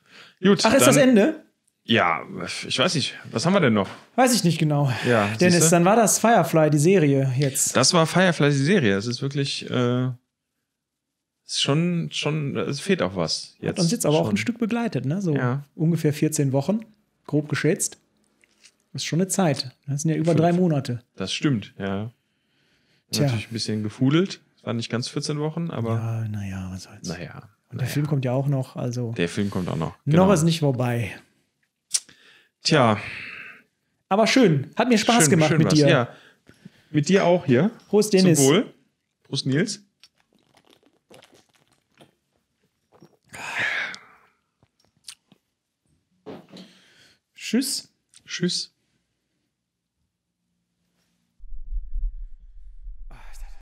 [SPEAKER 1] Gut.
[SPEAKER 2] Ach, ist
[SPEAKER 1] dann,
[SPEAKER 2] das Ende?
[SPEAKER 1] Ja, ich weiß nicht. Was haben wir denn noch?
[SPEAKER 2] Weiß ich nicht genau.
[SPEAKER 1] Ja,
[SPEAKER 2] Dennis,
[SPEAKER 1] siehste?
[SPEAKER 2] dann war das Firefly, die Serie jetzt.
[SPEAKER 1] Das war Firefly die Serie. Es ist wirklich. Äh, ist schon, schon, es fehlt auch was. Jetzt
[SPEAKER 2] Hat uns jetzt aber
[SPEAKER 1] schon.
[SPEAKER 2] auch ein Stück begleitet, ne? So
[SPEAKER 1] Ja.
[SPEAKER 2] ungefähr 14 Wochen, grob geschätzt. Ist schon eine Zeit. Das sind ja über
[SPEAKER 1] Fünf.
[SPEAKER 2] drei Monate.
[SPEAKER 1] Das stimmt, ja.
[SPEAKER 2] Tja.
[SPEAKER 1] Natürlich ein bisschen gefudelt. Es waren nicht ganz 14 Wochen, aber
[SPEAKER 2] Ah, Ja, naja, was soll's.
[SPEAKER 1] naja.
[SPEAKER 2] Und der
[SPEAKER 1] naja. Genau.
[SPEAKER 2] Film kommt ja auch noch, also
[SPEAKER 1] Der Film kommt auch noch.
[SPEAKER 2] noch ist nicht vorbei.
[SPEAKER 1] Tja,
[SPEAKER 2] Aber schön, hat mir Spaß
[SPEAKER 1] schön,
[SPEAKER 2] gemacht
[SPEAKER 1] schön
[SPEAKER 2] mit
[SPEAKER 1] was.
[SPEAKER 2] dir.
[SPEAKER 1] Ja. Mit dir auch hier.
[SPEAKER 2] Prost, Dennis.
[SPEAKER 1] Zum Wohl. Prost, Nils.
[SPEAKER 2] Tschüss.
[SPEAKER 1] Tschüss.